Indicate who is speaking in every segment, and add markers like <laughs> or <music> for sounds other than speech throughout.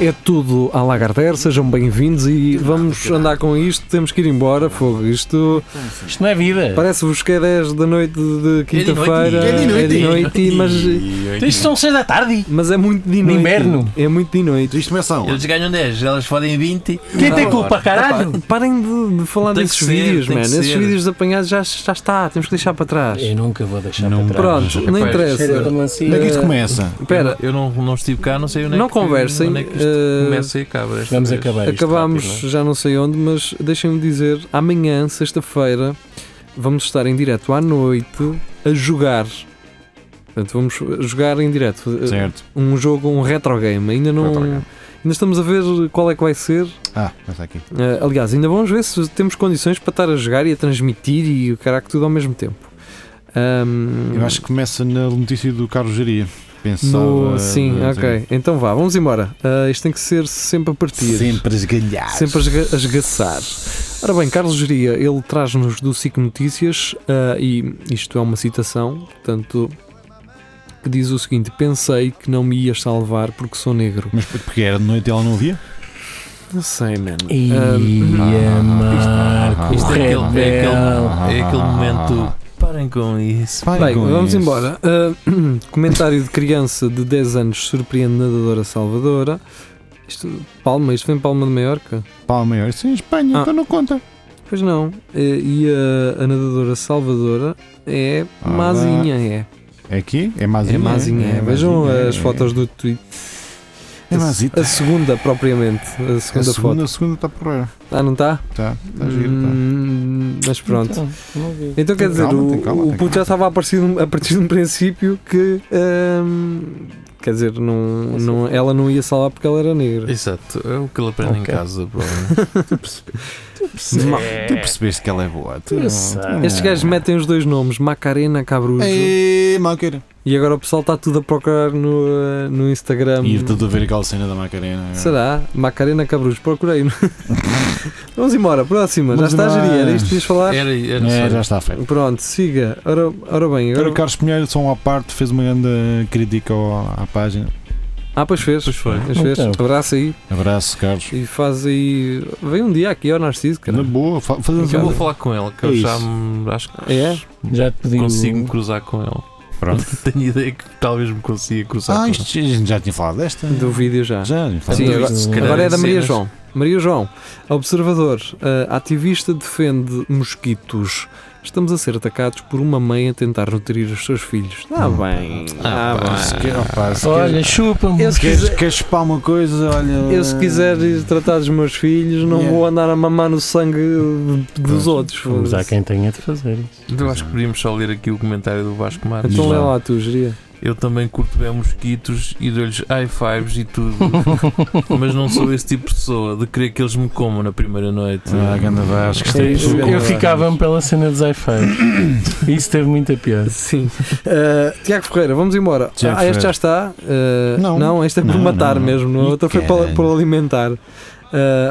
Speaker 1: É tudo à Lagardère, sejam bem-vindos e vamos andar com isto. Temos que ir embora, fogo. Isto
Speaker 2: Isto não é vida.
Speaker 1: parece-vos que é 10 da noite de quinta-feira.
Speaker 2: É de noite.
Speaker 1: É de noite, mas,
Speaker 2: Então Isto são 6 da tarde.
Speaker 1: mas é muito de noite.
Speaker 2: inverno.
Speaker 1: É muito de noite.
Speaker 3: Isto é são.
Speaker 4: Eles ganham 10, elas fodem 20.
Speaker 2: Quem tem culpa, caralho?
Speaker 1: Parem de, de falar
Speaker 4: Tem que
Speaker 1: desses
Speaker 4: ser,
Speaker 1: vídeos,
Speaker 4: tem
Speaker 1: mano.
Speaker 4: que
Speaker 1: Esses
Speaker 4: ser.
Speaker 1: vídeos apanhados já, já está, temos que deixar para trás.
Speaker 2: Eu nunca vou deixar
Speaker 4: Não.
Speaker 2: para trás. assim.
Speaker 1: Pronto, não
Speaker 4: Rapaz,
Speaker 1: interessa.
Speaker 3: Onde é que isto
Speaker 2: Pronto.
Speaker 3: começa?
Speaker 1: Espera,
Speaker 4: Eu não, não estive cá, não sei onde
Speaker 1: Não
Speaker 4: é que,
Speaker 1: conversem,
Speaker 4: Onde é que isto
Speaker 1: eh,
Speaker 4: começa e acaba. desta
Speaker 2: Vamos
Speaker 4: vez.
Speaker 2: acabar isto
Speaker 1: acabámos
Speaker 2: rápido,
Speaker 3: é?
Speaker 1: já não sei onde, mas deixem-me dizer, amanhã, sexta-feira, vamos estar em direto à noite a jogar. Portanto, vamos jogar em direto. eh,
Speaker 3: Certo.
Speaker 1: Um jogo, um retro game. Ainda não.
Speaker 3: Retro game.
Speaker 1: Ainda estamos a ver qual é que vai ser.
Speaker 3: Ah, começa aqui.
Speaker 1: Eh, aliás, ainda vamos ver se temos condições para estar a jogar e a transmitir e o caraca tudo ao mesmo tempo. Ahm,
Speaker 3: Eu acho que começa na notícia do Carlos Jaria. Pensava.
Speaker 1: no- sim,
Speaker 3: eh,
Speaker 1: ok. Então vá, vamos embora. Ah, isto tem que ser sempre a partir.
Speaker 3: Sempre esgalhar.
Speaker 1: Sempre a esga- a esgaçar. Ora bem, Carlos Geria, ele traz-nos do SIC Notícias ah, e isto é uma citação, portanto, que diz o seguinte: Pensei que não me ias salvar porque sou negro.
Speaker 3: Mas porque era de noite e ela não ouvia?
Speaker 1: Não sei, mano.
Speaker 2: é?
Speaker 1: é
Speaker 3: é
Speaker 2: Ia,
Speaker 3: Ah,
Speaker 2: Marco,
Speaker 4: Isto é aquele, é,
Speaker 2: rebelde.
Speaker 4: aquele, é aquele momento. Parem com isso.
Speaker 3: Vai
Speaker 1: Bem,
Speaker 3: com
Speaker 1: vamos
Speaker 3: isso.
Speaker 1: embora. Ah, <clears throat> comentário de criança de 10 anos surpreende nadadora salvadora. Isto, Palma, isto vem de Palma de Maiorca?
Speaker 3: Palma maior. Sim, Espanha,
Speaker 1: Ah.
Speaker 3: então não conta.
Speaker 1: Pois não. Eh, E a, a nadadora salvadora é
Speaker 3: Ah,
Speaker 1: mazinha, é.
Speaker 3: É aqui? É mazinha.
Speaker 1: É mazinha, é. Vejam as fotos do tweet.
Speaker 3: É mazita.
Speaker 1: A segunda, propriamente. A segunda,
Speaker 3: A segunda,
Speaker 1: foto.
Speaker 3: a segunda tá está porreira.
Speaker 1: Ah, não está?
Speaker 3: Está, está Tá giro, está.
Speaker 1: Hum, mas pronto. Então, quer
Speaker 3: Tem
Speaker 1: dizer,
Speaker 3: calma,
Speaker 1: o,
Speaker 3: tem calma,
Speaker 1: o
Speaker 3: tem
Speaker 1: puto
Speaker 3: calma.
Speaker 1: já estava a partir, de um- a partir de um princípio que. hum, quer dizer, não, não, ela não ia salvar porque ela era negra.
Speaker 4: Exato, é o que ele aprende em
Speaker 1: Ok.
Speaker 4: casa, provavelmente.
Speaker 3: Não, Tu percebeste que ela é boa. Tu,
Speaker 2: Eu
Speaker 3: não-
Speaker 2: sei.
Speaker 3: tu não- é.
Speaker 1: Estes gajos metem os dois nomes, Macarena Cabrujo,
Speaker 3: Ei, Macarena.
Speaker 1: e agora o pessoal está tudo a procurar no, eh, no Instagram.
Speaker 3: E tudo a ver aquela cena da é? Macarena.
Speaker 1: Será? Macarena Cabrujo, procurei. Vamos embora, próxima.
Speaker 3: Vamos
Speaker 1: já está a
Speaker 3: embora.
Speaker 1: gerir, era isto que ias falar?
Speaker 4: <laughs> Era, era
Speaker 3: É,
Speaker 4: só.
Speaker 3: já está à frente.
Speaker 1: Pronto, siga. Ora, ora bem,
Speaker 3: Agora
Speaker 1: agora.
Speaker 3: o Carlos Pinheiro, só uma parte, fez uma grande crítica ao- à página.
Speaker 1: Ah, pois fez.
Speaker 4: Pois foi.
Speaker 1: Pois fez.
Speaker 2: Então.
Speaker 1: Abraço aí
Speaker 3: Abraço, Carlos.
Speaker 1: e faz aí. Vem um dia aqui ao Narciso,
Speaker 3: Na
Speaker 1: cara.
Speaker 3: boa, fa- fazemos
Speaker 4: Eu vou
Speaker 3: uma-
Speaker 4: falar com ele, que
Speaker 3: É
Speaker 4: eu já
Speaker 3: isso.
Speaker 4: me- acho que
Speaker 1: É?
Speaker 2: Já te pedi. o-
Speaker 4: consigo me cruzar com ele.
Speaker 3: Pronto.
Speaker 4: <laughs> Tenho ideia que talvez me consiga cruzar
Speaker 3: Ah,
Speaker 4: com Então,
Speaker 3: isto a gente já tinha falado desta.
Speaker 1: Do vídeo já.
Speaker 3: Já, já
Speaker 1: Sim,
Speaker 3: falado.
Speaker 1: agora,
Speaker 2: Se calhar
Speaker 1: agora é da Maria
Speaker 4: cenas.
Speaker 1: João. Maria João, observador, eh, ativista defende mosquitos. Estamos a ser atacados por uma mãe a tentar nutrir os seus filhos. Está Tá bem. Está
Speaker 3: Se
Speaker 1: bem.
Speaker 3: quer, opa, se quer-
Speaker 2: Olha, chupa-me.
Speaker 1: Eu se
Speaker 3: se queres,
Speaker 1: quiser.
Speaker 3: queres chupar uma coisa, olha.
Speaker 1: Eu, se quiser ir tratar dos meus filhos, não
Speaker 3: Ah. Yeah.
Speaker 1: vou andar a mamar no sangue dos
Speaker 3: Pois.
Speaker 1: outros.
Speaker 2: Mas há
Speaker 1: foda-se.
Speaker 2: quem tenha de fazer isso.
Speaker 4: ele. Eu Então, acho que podíamos só ler aqui o comentário do Vasco Matos.
Speaker 1: Então
Speaker 3: Diz
Speaker 1: lê
Speaker 3: lá.
Speaker 1: lá tu,
Speaker 3: <laughs>
Speaker 1: geria.
Speaker 4: Eu também curto bem mosquitos e dou-lhes high fives e tudo. <laughs> Mas não sou esse tipo de pessoa de querer que eles me comam na primeira noite.
Speaker 3: Ah, ganda Vasco. isto é-
Speaker 2: Eu,
Speaker 1: bem.
Speaker 2: eu ficava-me pela cena dos iPhones. <coughs> Isso teve muita piada.
Speaker 1: Sim. Uh, Tiago Ferreira, vamos embora.
Speaker 3: Tiago
Speaker 1: ah, este
Speaker 3: Ferreira.
Speaker 1: já está. Uh, não.
Speaker 3: Não.
Speaker 1: este é por
Speaker 3: Não,
Speaker 1: matar
Speaker 3: não.
Speaker 1: mesmo.
Speaker 3: E
Speaker 1: A outra foi por,
Speaker 3: caralho.
Speaker 1: por alimentar. Uh,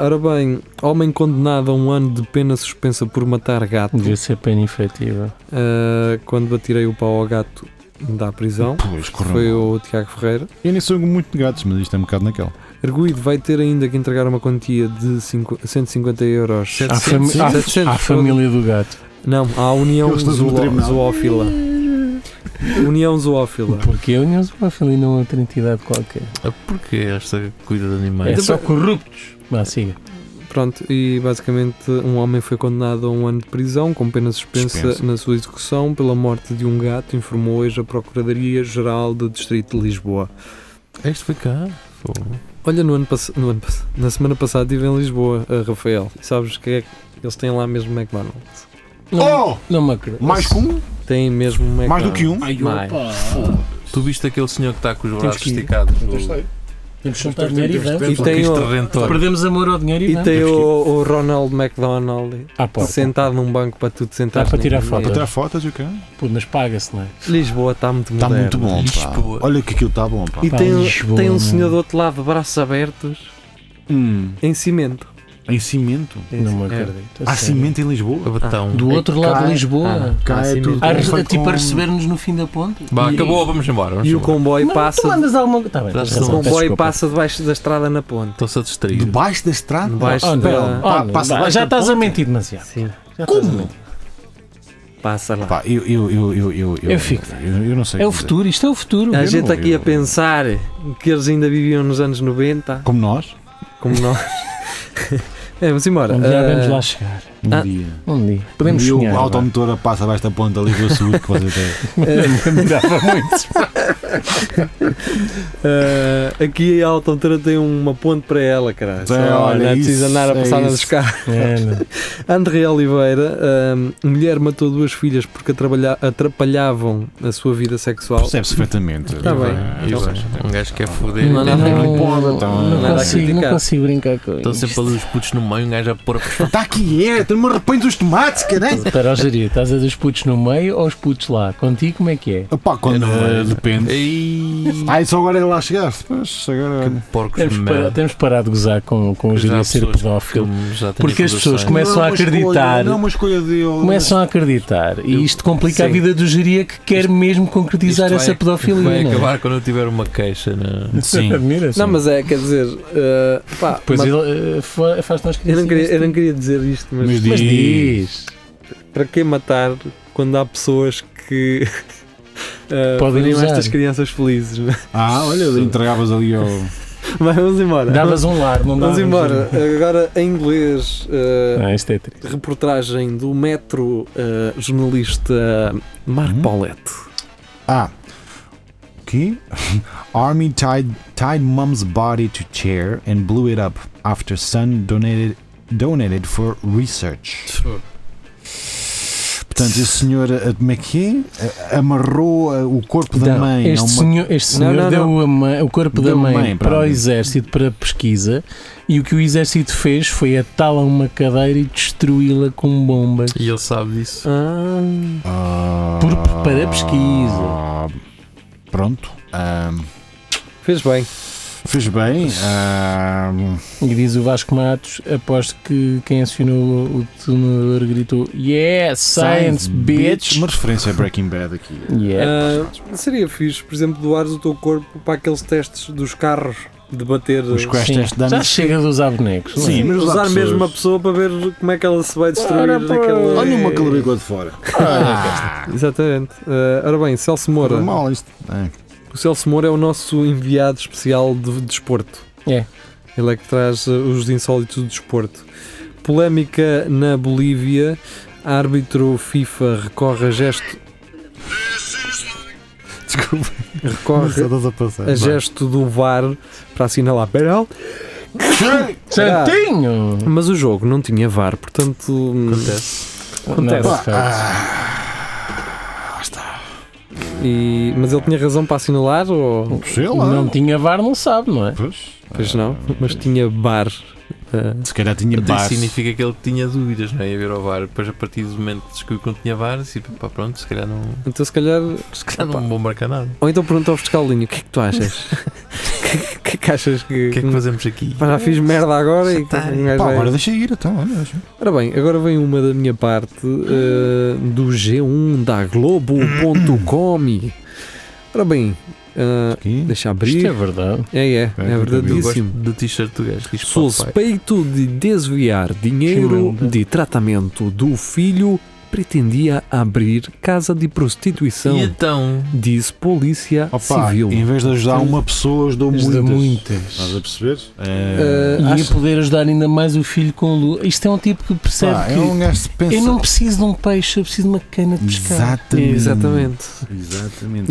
Speaker 1: ora bem, homem condenado a um ano de pena suspensa por matar gato.
Speaker 2: Devia ser pena efetiva.
Speaker 1: Uh, quando atirei o pau ao gato da prisão.
Speaker 3: Pois, correu.
Speaker 1: Foi o Tiago Ferreira.
Speaker 3: Eu nem sou muito de gatos, mas isto é um bocado naquela.
Speaker 1: Arguído vai ter ainda que entregar uma quantia de cinco- 150 euros.
Speaker 2: À, fami
Speaker 1: sim,
Speaker 2: à-
Speaker 1: sim.
Speaker 2: à família do gato.
Speaker 1: Não, à União
Speaker 3: Eles no
Speaker 1: Zoolo-
Speaker 3: tribunal.
Speaker 1: Zoófila. União Zoófila.
Speaker 2: Porque eu nem uso uma família e não outra entidade qualquer.
Speaker 4: Ah, Porquê esta cuida de
Speaker 2: É
Speaker 4: animais?
Speaker 2: só corruptos. Mas siga.
Speaker 1: Pronto, e basicamente um homem foi condenado a um ano de prisão com pena suspensa
Speaker 3: Suspensa.
Speaker 1: na sua execução pela morte de um gato, informou hoje a Procuradoria-Geral do Distrito de Lisboa.
Speaker 4: É, Isto foi cá. Fogo.
Speaker 1: Olha, no ano pass- no ano pass- na semana passada estive em Lisboa, a Rafael, e sabes que é que eles têm lá mesmo McDonald's?
Speaker 2: Não, não me acredito.
Speaker 3: Oh! Mais que um?
Speaker 1: Têm mesmo McDonald's.
Speaker 3: Mais do Então, que um?
Speaker 2: Ai, opa.
Speaker 4: Tu viste aquele senhor que está com os braços
Speaker 2: que ir.
Speaker 4: esticados? no-
Speaker 2: Temos que juntar dinheiro e vamos. é-
Speaker 1: E tem o-
Speaker 2: Perdemos amor ao dinheiro e,
Speaker 1: E
Speaker 2: vamos.
Speaker 1: tem o, o Ronald McDonald
Speaker 2: Ah, pá,
Speaker 1: sentado num banco para tudo sentar.
Speaker 2: Dá para tirar foto.
Speaker 3: Para tirar fotos e o quê?
Speaker 2: pô, mas paga-se, não é?
Speaker 1: Lisboa está muito
Speaker 3: Está
Speaker 1: moderno.
Speaker 3: Tá muito bom,
Speaker 4: Lisboa.
Speaker 3: pá. Olha que aquilo está bom, pá.
Speaker 1: E
Speaker 2: Pá,
Speaker 1: tem,
Speaker 2: Lisboa, né?
Speaker 1: tem um
Speaker 2: meu.
Speaker 1: senhor do outro lado, de braços abertos,
Speaker 3: Hum,
Speaker 1: em cimento.
Speaker 3: em cimento.
Speaker 2: Não me
Speaker 4: é.
Speaker 2: acredito. a
Speaker 3: Há
Speaker 2: sério.
Speaker 3: cimento em Lisboa?
Speaker 4: Betão.
Speaker 2: Ah, Do outro lado
Speaker 3: Cá
Speaker 2: de
Speaker 3: é-
Speaker 2: Lisboa.
Speaker 3: Cá
Speaker 1: há
Speaker 3: é
Speaker 1: cimento.
Speaker 3: tudo.
Speaker 2: Ah,
Speaker 3: feito
Speaker 2: a- tipo
Speaker 3: com-
Speaker 2: a receber-nos no fim da ponte.
Speaker 4: Bah,
Speaker 2: E-
Speaker 4: acabou, vamos embora. Vamos
Speaker 1: E o
Speaker 4: embora.
Speaker 1: comboio
Speaker 2: Não, tu
Speaker 1: passa.
Speaker 2: mandas alguma coisa. Tá bem,
Speaker 4: Já
Speaker 2: tens
Speaker 4: se
Speaker 1: O
Speaker 2: razão,
Speaker 4: não,
Speaker 2: peço
Speaker 1: comboio
Speaker 2: desculpa.
Speaker 1: passa debaixo da estrada na ponte.
Speaker 4: Estou-se a distrair.
Speaker 3: Debaixo da estrada? Ah,
Speaker 1: Debaixo
Speaker 2: Oh, não.
Speaker 1: da.
Speaker 3: Pá,
Speaker 2: Oh, não.
Speaker 3: passa
Speaker 2: Bah,
Speaker 3: baixo
Speaker 2: já
Speaker 3: da
Speaker 2: estás a
Speaker 3: ponte.
Speaker 2: mentir demasiado.
Speaker 1: Sim,
Speaker 2: Já estás
Speaker 3: Como?
Speaker 2: a mentir.
Speaker 1: passa lá.
Speaker 3: Pá, eu, eu, eu, eu, eu,
Speaker 2: Eu fico.
Speaker 3: Eu, eu não sei.
Speaker 2: É o
Speaker 3: dizer.
Speaker 2: futuro, isto é o futuro.
Speaker 1: A
Speaker 3: eu
Speaker 1: gente
Speaker 3: não-
Speaker 1: aqui a
Speaker 3: eu-
Speaker 1: pensar que eles ainda viviam nos anos 90,
Speaker 3: Como nós,
Speaker 1: como nós. <laughs> é, vamos embora.
Speaker 2: Um dia
Speaker 1: Ah,
Speaker 2: vamos lá chegar.
Speaker 3: um
Speaker 1: Ah.
Speaker 3: dia.
Speaker 2: Um dia.
Speaker 3: Um
Speaker 2: Podemos
Speaker 3: dia
Speaker 2: sonhar. é?
Speaker 3: o
Speaker 2: vá.
Speaker 3: automotora passa abaixo da ponta ali do sul que você
Speaker 2: <laughs>
Speaker 3: tem.
Speaker 2: Me dava muito.
Speaker 1: ah, aqui a Altonteira tem uma ponte para ela, cara.
Speaker 3: É, olha,
Speaker 1: não é preciso
Speaker 3: isso,
Speaker 1: andar a
Speaker 3: é
Speaker 1: passar nas
Speaker 3: isso.
Speaker 1: escadas.
Speaker 2: É, não.
Speaker 1: André Oliveira, ah, mulher matou duas filhas porque atrapalha- atrapalhavam a sua vida sexual.
Speaker 3: Percebe-se perfeitamente.
Speaker 2: Tá
Speaker 1: Está bem.
Speaker 3: É,
Speaker 4: Eu
Speaker 3: isso.
Speaker 4: acho. Um gajo quer
Speaker 3: É,
Speaker 4: foder.
Speaker 1: Não, não, não.
Speaker 3: pode, então.
Speaker 2: não
Speaker 3: Nada a
Speaker 2: consigo, não
Speaker 1: criticar.
Speaker 2: consigo brincar com
Speaker 4: Estão
Speaker 2: isto.
Speaker 4: sempre ali os putos no meio, um gajo a pôr a
Speaker 3: Está aqui, é. Tu me arrependes dos tomates, caralho.
Speaker 2: Espera, ó, Jeria, estás a dos putos no meio ou os putos lá? Contigo como é que é?
Speaker 3: Pá, quando.
Speaker 4: Eu não
Speaker 3: eh,
Speaker 4: vejo.
Speaker 3: depende.
Speaker 4: Ei,
Speaker 3: Ah, e só agora é lá chegaste. Pois, agora. olha.
Speaker 4: porcos
Speaker 2: Temos,
Speaker 4: de
Speaker 2: para,
Speaker 4: merda.
Speaker 2: temos parado de gozar com, com o
Speaker 4: Já
Speaker 2: Jeria
Speaker 4: há
Speaker 2: ser
Speaker 4: pessoas
Speaker 2: pedófilo.
Speaker 4: que já têm
Speaker 2: Porque as pessoas
Speaker 4: reproduções.
Speaker 2: começam- Começam
Speaker 3: Não é
Speaker 2: a
Speaker 3: uma escolha,
Speaker 2: acreditar.
Speaker 3: Não é uma escolha dele.
Speaker 2: Começam a acreditar
Speaker 4: Eu-
Speaker 2: e isto complica a
Speaker 4: sim.
Speaker 2: vida do Jeria que quer mesmo concretizar
Speaker 4: Isto vai-
Speaker 2: essa pedofilia.
Speaker 4: Vai
Speaker 2: não é? <laughs>
Speaker 4: acabar quando eu tiver uma queixa. Né?
Speaker 3: Sim. é.
Speaker 2: Admira-se.
Speaker 1: Não, mas é, quer dizer, ah, pá,
Speaker 2: Depois
Speaker 1: mas-
Speaker 2: ele eh, fa- faz-nos
Speaker 1: eu, não queria, eu
Speaker 2: criancinhas.
Speaker 1: não queria dizer isto, mas,
Speaker 3: Mas
Speaker 2: Mas diz.
Speaker 1: para que matar quando há pessoas que <laughs> ah,
Speaker 2: Podem
Speaker 1: fariam
Speaker 2: usar.
Speaker 1: estas crianças felizes? não é? <laughs>
Speaker 3: Ah, olha, entregavas ali ao.
Speaker 1: Mas vamos embora.
Speaker 2: Davas um lar, não davas
Speaker 1: Vamos
Speaker 2: um-
Speaker 1: embora. Agora em inglês, ah,
Speaker 2: Ah, isto é triste.
Speaker 1: reportagem do Metro, ah, jornalista Marco
Speaker 3: Hum?
Speaker 1: Paulette.
Speaker 3: Ah. Que? <laughs> Army tied tied mom's body to chair and blew it up after son donated donated for research. Portanto, esse senhor, eh, como é que é? Eh, Amarrou eh, o corpo da
Speaker 2: Não,
Speaker 3: mãe a
Speaker 2: Então, este
Speaker 3: uma
Speaker 2: senhor, este
Speaker 1: Não,
Speaker 2: senhor
Speaker 1: não,
Speaker 2: deu
Speaker 1: não.
Speaker 2: a mãe- o corpo da
Speaker 3: Deu
Speaker 2: mãe,
Speaker 3: mãe para
Speaker 2: para o
Speaker 3: mim.
Speaker 2: exército para pesquisa e o que o exército fez foi atá-la a uma cadeira e destruí-la com bombas.
Speaker 4: E ele sabe disso.
Speaker 1: Ah.
Speaker 3: Ah,
Speaker 2: Por- para pesquisa.
Speaker 3: Pronto. Ah,
Speaker 1: Fez bem.
Speaker 3: fez bem. Ah,
Speaker 2: E diz o Vasco Matos, aposto que quem acionou o detonador gritou Yeah, science, bitch!
Speaker 3: Uma referência a Breaking Bad aqui.
Speaker 2: Yeah.
Speaker 1: Ah, seria fixe, por exemplo, doares o teu corpo para aqueles testes dos carros de bater. eh,
Speaker 3: Os crash
Speaker 2: Sim.
Speaker 3: test
Speaker 2: Já
Speaker 3: damage.
Speaker 2: chega de usar bonecos. não é?
Speaker 3: Sim, mas usar
Speaker 1: usar mesmo
Speaker 3: pessoas.
Speaker 1: a pessoa para ver como é que ela se vai destruir
Speaker 2: Ora, pô,
Speaker 1: naquele.
Speaker 3: Olha uma calorica de fora. Ah,
Speaker 1: Exatamente. Ah, ora bem, Celso Moura.
Speaker 3: foi mal isto. É.
Speaker 1: O Celso Moura é o nosso enviado especial de desporto.
Speaker 2: É.
Speaker 1: Ele é que traz ah, os insólitos do desporto. Polémica na Bolívia. Árbitro FIFA recorre a gesto.
Speaker 3: Desculpa,
Speaker 1: Recorre
Speaker 3: estás a passar.
Speaker 1: a gesto do VAR para assinalar penal.
Speaker 2: Santinho!
Speaker 1: Mas o jogo não tinha VAR, portanto. hum,
Speaker 4: Acontece.
Speaker 1: Acontece.
Speaker 2: Nada de
Speaker 3: Ah,
Speaker 2: facto.
Speaker 1: E, mas ele tinha razão para assinalar ou.
Speaker 3: Sei lá.
Speaker 2: Não tinha VAR, não sabe, não é?
Speaker 3: Pois.
Speaker 1: Pois não, mas tinha bar. Ah,
Speaker 3: Se calhar tinha
Speaker 4: Até Então, isso
Speaker 3: bar.
Speaker 4: significa que ele tinha dúvidas, não é? Ia ver ao VAR. Depois, a partir do momento que descobriu que não tinha VAR, disse, pá, pronto, se calhar não,
Speaker 1: então se calhar.
Speaker 4: se calhar
Speaker 1: Opa.
Speaker 4: não vou marcar nada.
Speaker 1: Ou então perguntou ao Fiscalinho: o que é que tu achas? <laughs> O que, que é que achas que.
Speaker 4: O que é que fazemos aqui?
Speaker 1: Pá, já fiz merda agora e. que um gajo
Speaker 3: Pá,
Speaker 1: vai-
Speaker 3: agora deixa ir então. Olha, deixa.
Speaker 1: Ora bem, agora vem uma da minha parte eh, do G1 da Globo.com. Ora bem, eh,
Speaker 3: Aqui.
Speaker 1: deixa
Speaker 2: Isto é
Speaker 1: abrir.
Speaker 2: verdade.
Speaker 1: É, é, é
Speaker 4: Eu
Speaker 1: verdadeíssimo.
Speaker 4: gosto do t-shirt do gajo. Diz, pá, pai.
Speaker 1: Suspeito de desviar dinheiro
Speaker 2: Chimenda.
Speaker 1: de tratamento do filho, pretendia abrir casa de prostituição,
Speaker 4: E então,
Speaker 1: diz polícia
Speaker 3: Opa,
Speaker 1: civil.
Speaker 3: em vez de ajudar uma pessoa, ajudou
Speaker 2: Mas
Speaker 3: muitas.
Speaker 2: dá é muitas.
Speaker 3: Estás a perceber?
Speaker 1: Eh,
Speaker 2: E
Speaker 1: acho-
Speaker 2: ia poder ajudar ainda mais o filho com o Lu. Isto é um tipo que percebe
Speaker 3: Pá,
Speaker 2: que
Speaker 3: é um gajo que pensa.
Speaker 2: eu não preciso de um peixe, eu preciso de uma cana de pescar.
Speaker 3: Exatamente.
Speaker 1: Exatamente.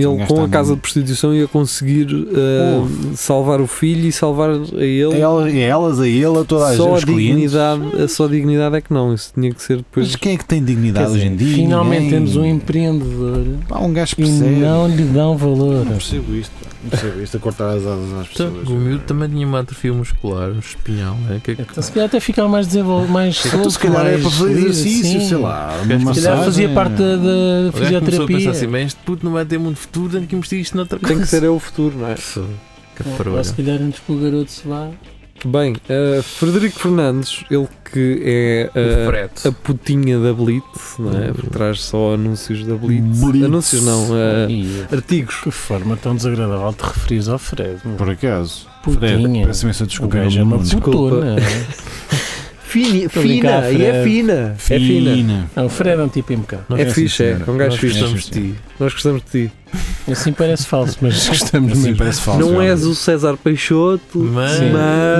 Speaker 3: Exatamente. Um
Speaker 1: Ele
Speaker 3: gajo
Speaker 1: com
Speaker 3: está
Speaker 1: a casa de
Speaker 3: muito-
Speaker 1: prostituição ia conseguir eh, salvar o filho e salvar a
Speaker 3: A
Speaker 1: ele.
Speaker 3: elas- a É elas, a ele, a todas
Speaker 1: só
Speaker 3: as
Speaker 1: a
Speaker 3: clientes.
Speaker 1: dignidade, a só dignidade é que não, isso tinha que ser depois.
Speaker 3: Mas quem é que tem
Speaker 2: Quer
Speaker 3: dignidade
Speaker 2: dizer,
Speaker 3: hoje em dia?
Speaker 2: Finalmente
Speaker 3: Ninguém.
Speaker 2: temos um empreendedor
Speaker 3: Pá, um gajo
Speaker 2: e
Speaker 3: percebe.
Speaker 2: não lhe dão valor.
Speaker 3: Não percebo isto. pá.
Speaker 5: Não sei, isto a cortar as asas às
Speaker 4: Então,
Speaker 5: pessoas.
Speaker 4: o miúdo
Speaker 2: tá
Speaker 4: também tinha uma atrofia muscular, um espinhal. Né? Que é que-
Speaker 2: Então, se calhar até ficava mais desenvolvido, mais
Speaker 5: Então,
Speaker 2: solto,
Speaker 5: se calhar é
Speaker 2: mais
Speaker 5: para fazer
Speaker 2: livre,
Speaker 5: exercício,
Speaker 2: sim.
Speaker 5: sei lá.
Speaker 4: Se
Speaker 5: Uma
Speaker 2: Se calhar fazia parte da, da
Speaker 4: o gajo começou a
Speaker 2: fisioterapia.
Speaker 4: pensar assim: mas este puto não vai ter muito futuro, tenho que investir isto noutra coisa.
Speaker 1: Tem que ser é o futuro, não é?
Speaker 4: Que
Speaker 2: Ou, ou
Speaker 4: parolha.
Speaker 2: se calhar antes que o garoto se vá.
Speaker 1: Bem, eh, Frederico Fernandes, ele que é
Speaker 4: O
Speaker 1: eh,
Speaker 4: frete.
Speaker 1: a putinha da Blitz, não é? Porque traz só anúncios da Blitz.
Speaker 3: Blitz.
Speaker 1: Anúncios não, eh,
Speaker 2: Ih,
Speaker 1: artigos.
Speaker 2: que forma tão desagradável de te referires ao Fred. meu.
Speaker 3: Por acaso. Fred,
Speaker 2: Putinha.
Speaker 3: peço imensa
Speaker 2: O
Speaker 3: desculpa.
Speaker 2: gajo é
Speaker 3: meu
Speaker 2: uma
Speaker 3: Nuno.
Speaker 1: Desculpa.
Speaker 2: putona.
Speaker 1: Fini,
Speaker 2: Tô a brincar,
Speaker 1: fina, e é
Speaker 2: Fred.
Speaker 1: fina. É fina.
Speaker 3: Fina.
Speaker 2: Não, o Fred é um tipo impecável.
Speaker 1: É
Speaker 3: assim,
Speaker 1: fixe, é. É um gajo
Speaker 4: Nós
Speaker 1: fixe.
Speaker 4: gostamos de ti.
Speaker 1: Nós gostamos de ti.
Speaker 2: Assim parece falso, mas gostamos
Speaker 3: Assim
Speaker 2: mesmo.
Speaker 3: parece falso.
Speaker 1: Não
Speaker 3: realmente.
Speaker 1: és o César Peixoto,
Speaker 4: Mas-
Speaker 1: mas.
Speaker 4: Sim.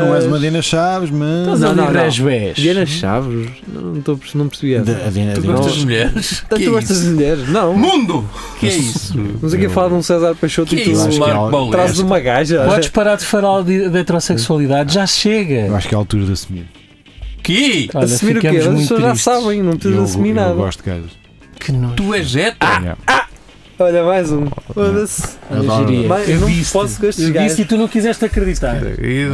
Speaker 3: Não és uma Dina Chaves, mas.
Speaker 2: Estás
Speaker 1: Não,
Speaker 2: a
Speaker 1: não,
Speaker 2: livrar
Speaker 1: não.
Speaker 2: as vés.
Speaker 1: Diana Chaves? Não, não, tô, a perce- não percebi essa.
Speaker 3: Da- a Dina- a
Speaker 4: Tu
Speaker 3: Dina-
Speaker 4: gostas de mulheres?
Speaker 1: Tanto
Speaker 4: Que é
Speaker 1: gostas
Speaker 4: isso?
Speaker 1: de mulheres? Não.
Speaker 4: Mundo! Que é isso?
Speaker 1: Mas aqui a falar de um César Peixoto
Speaker 4: Que é
Speaker 1: e tu
Speaker 3: acho
Speaker 4: isso,
Speaker 3: que
Speaker 4: Marco
Speaker 3: é-
Speaker 4: Bauleste?
Speaker 1: trazes uma gaja.
Speaker 2: Podes parar de falar de, de heterossexualidade, já
Speaker 3: Eu
Speaker 2: chega.
Speaker 3: acho que é a altura de assumir.
Speaker 4: Que?
Speaker 2: Olha,
Speaker 1: assumir o quê?
Speaker 2: ficamos
Speaker 1: As
Speaker 2: muito
Speaker 1: pessoas já
Speaker 2: tristes.
Speaker 1: sabem, não
Speaker 3: E eu-
Speaker 1: precisas assumir
Speaker 3: eu
Speaker 1: nada.
Speaker 3: gosto de gajos.
Speaker 2: Que nojo.
Speaker 4: Tu és hétero?
Speaker 3: Yeah.
Speaker 1: Olha, mais um. Foda-se.
Speaker 3: Adoro.
Speaker 2: Algeria.
Speaker 1: Mas
Speaker 2: É. eu
Speaker 1: eu não
Speaker 2: disse,
Speaker 1: posso com estes
Speaker 2: eu
Speaker 1: gajos.
Speaker 2: disse e tu não quiseste acreditar.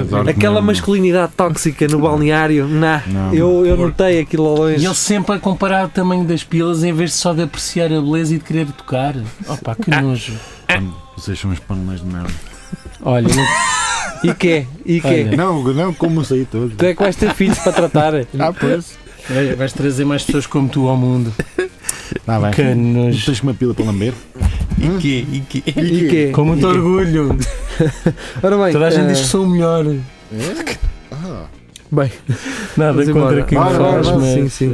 Speaker 3: Adoro
Speaker 1: Aquela
Speaker 3: comer,
Speaker 1: masculinidade tóxica no balneário, nah,
Speaker 3: Não,
Speaker 1: eu, eu notei aquilo ao
Speaker 2: E
Speaker 1: longe.
Speaker 2: ele sempre a comparar o tamanho das pilas em vez de só de apreciar a beleza e de querer tocar. Opa, que
Speaker 1: Ah.
Speaker 2: nojo.
Speaker 3: meu. Vocês são uns panelões de merda.
Speaker 2: Olha,
Speaker 1: E que? E que?
Speaker 2: Olha.
Speaker 5: Não, não, como saí todo.
Speaker 1: Tu é que vais ter filhos para tratar.
Speaker 3: Ah, pois.
Speaker 2: vai- vais trazer mais pessoas como tu ao mundo.
Speaker 3: Tá bem.
Speaker 2: Que nojo.
Speaker 3: Tens uma pila para lamber?
Speaker 4: E que? E que?
Speaker 1: <laughs> E que?
Speaker 2: Com muito orgulho.
Speaker 1: Ora bem,
Speaker 2: Toda a gente
Speaker 1: eh,
Speaker 2: diz que sou o melhor.
Speaker 5: Ah,
Speaker 1: bem,
Speaker 2: Nada
Speaker 1: vamos
Speaker 2: contra
Speaker 1: embora.
Speaker 2: quem
Speaker 1: Bora, bora,
Speaker 2: faz,
Speaker 1: bora, sim,
Speaker 2: mas
Speaker 1: sim.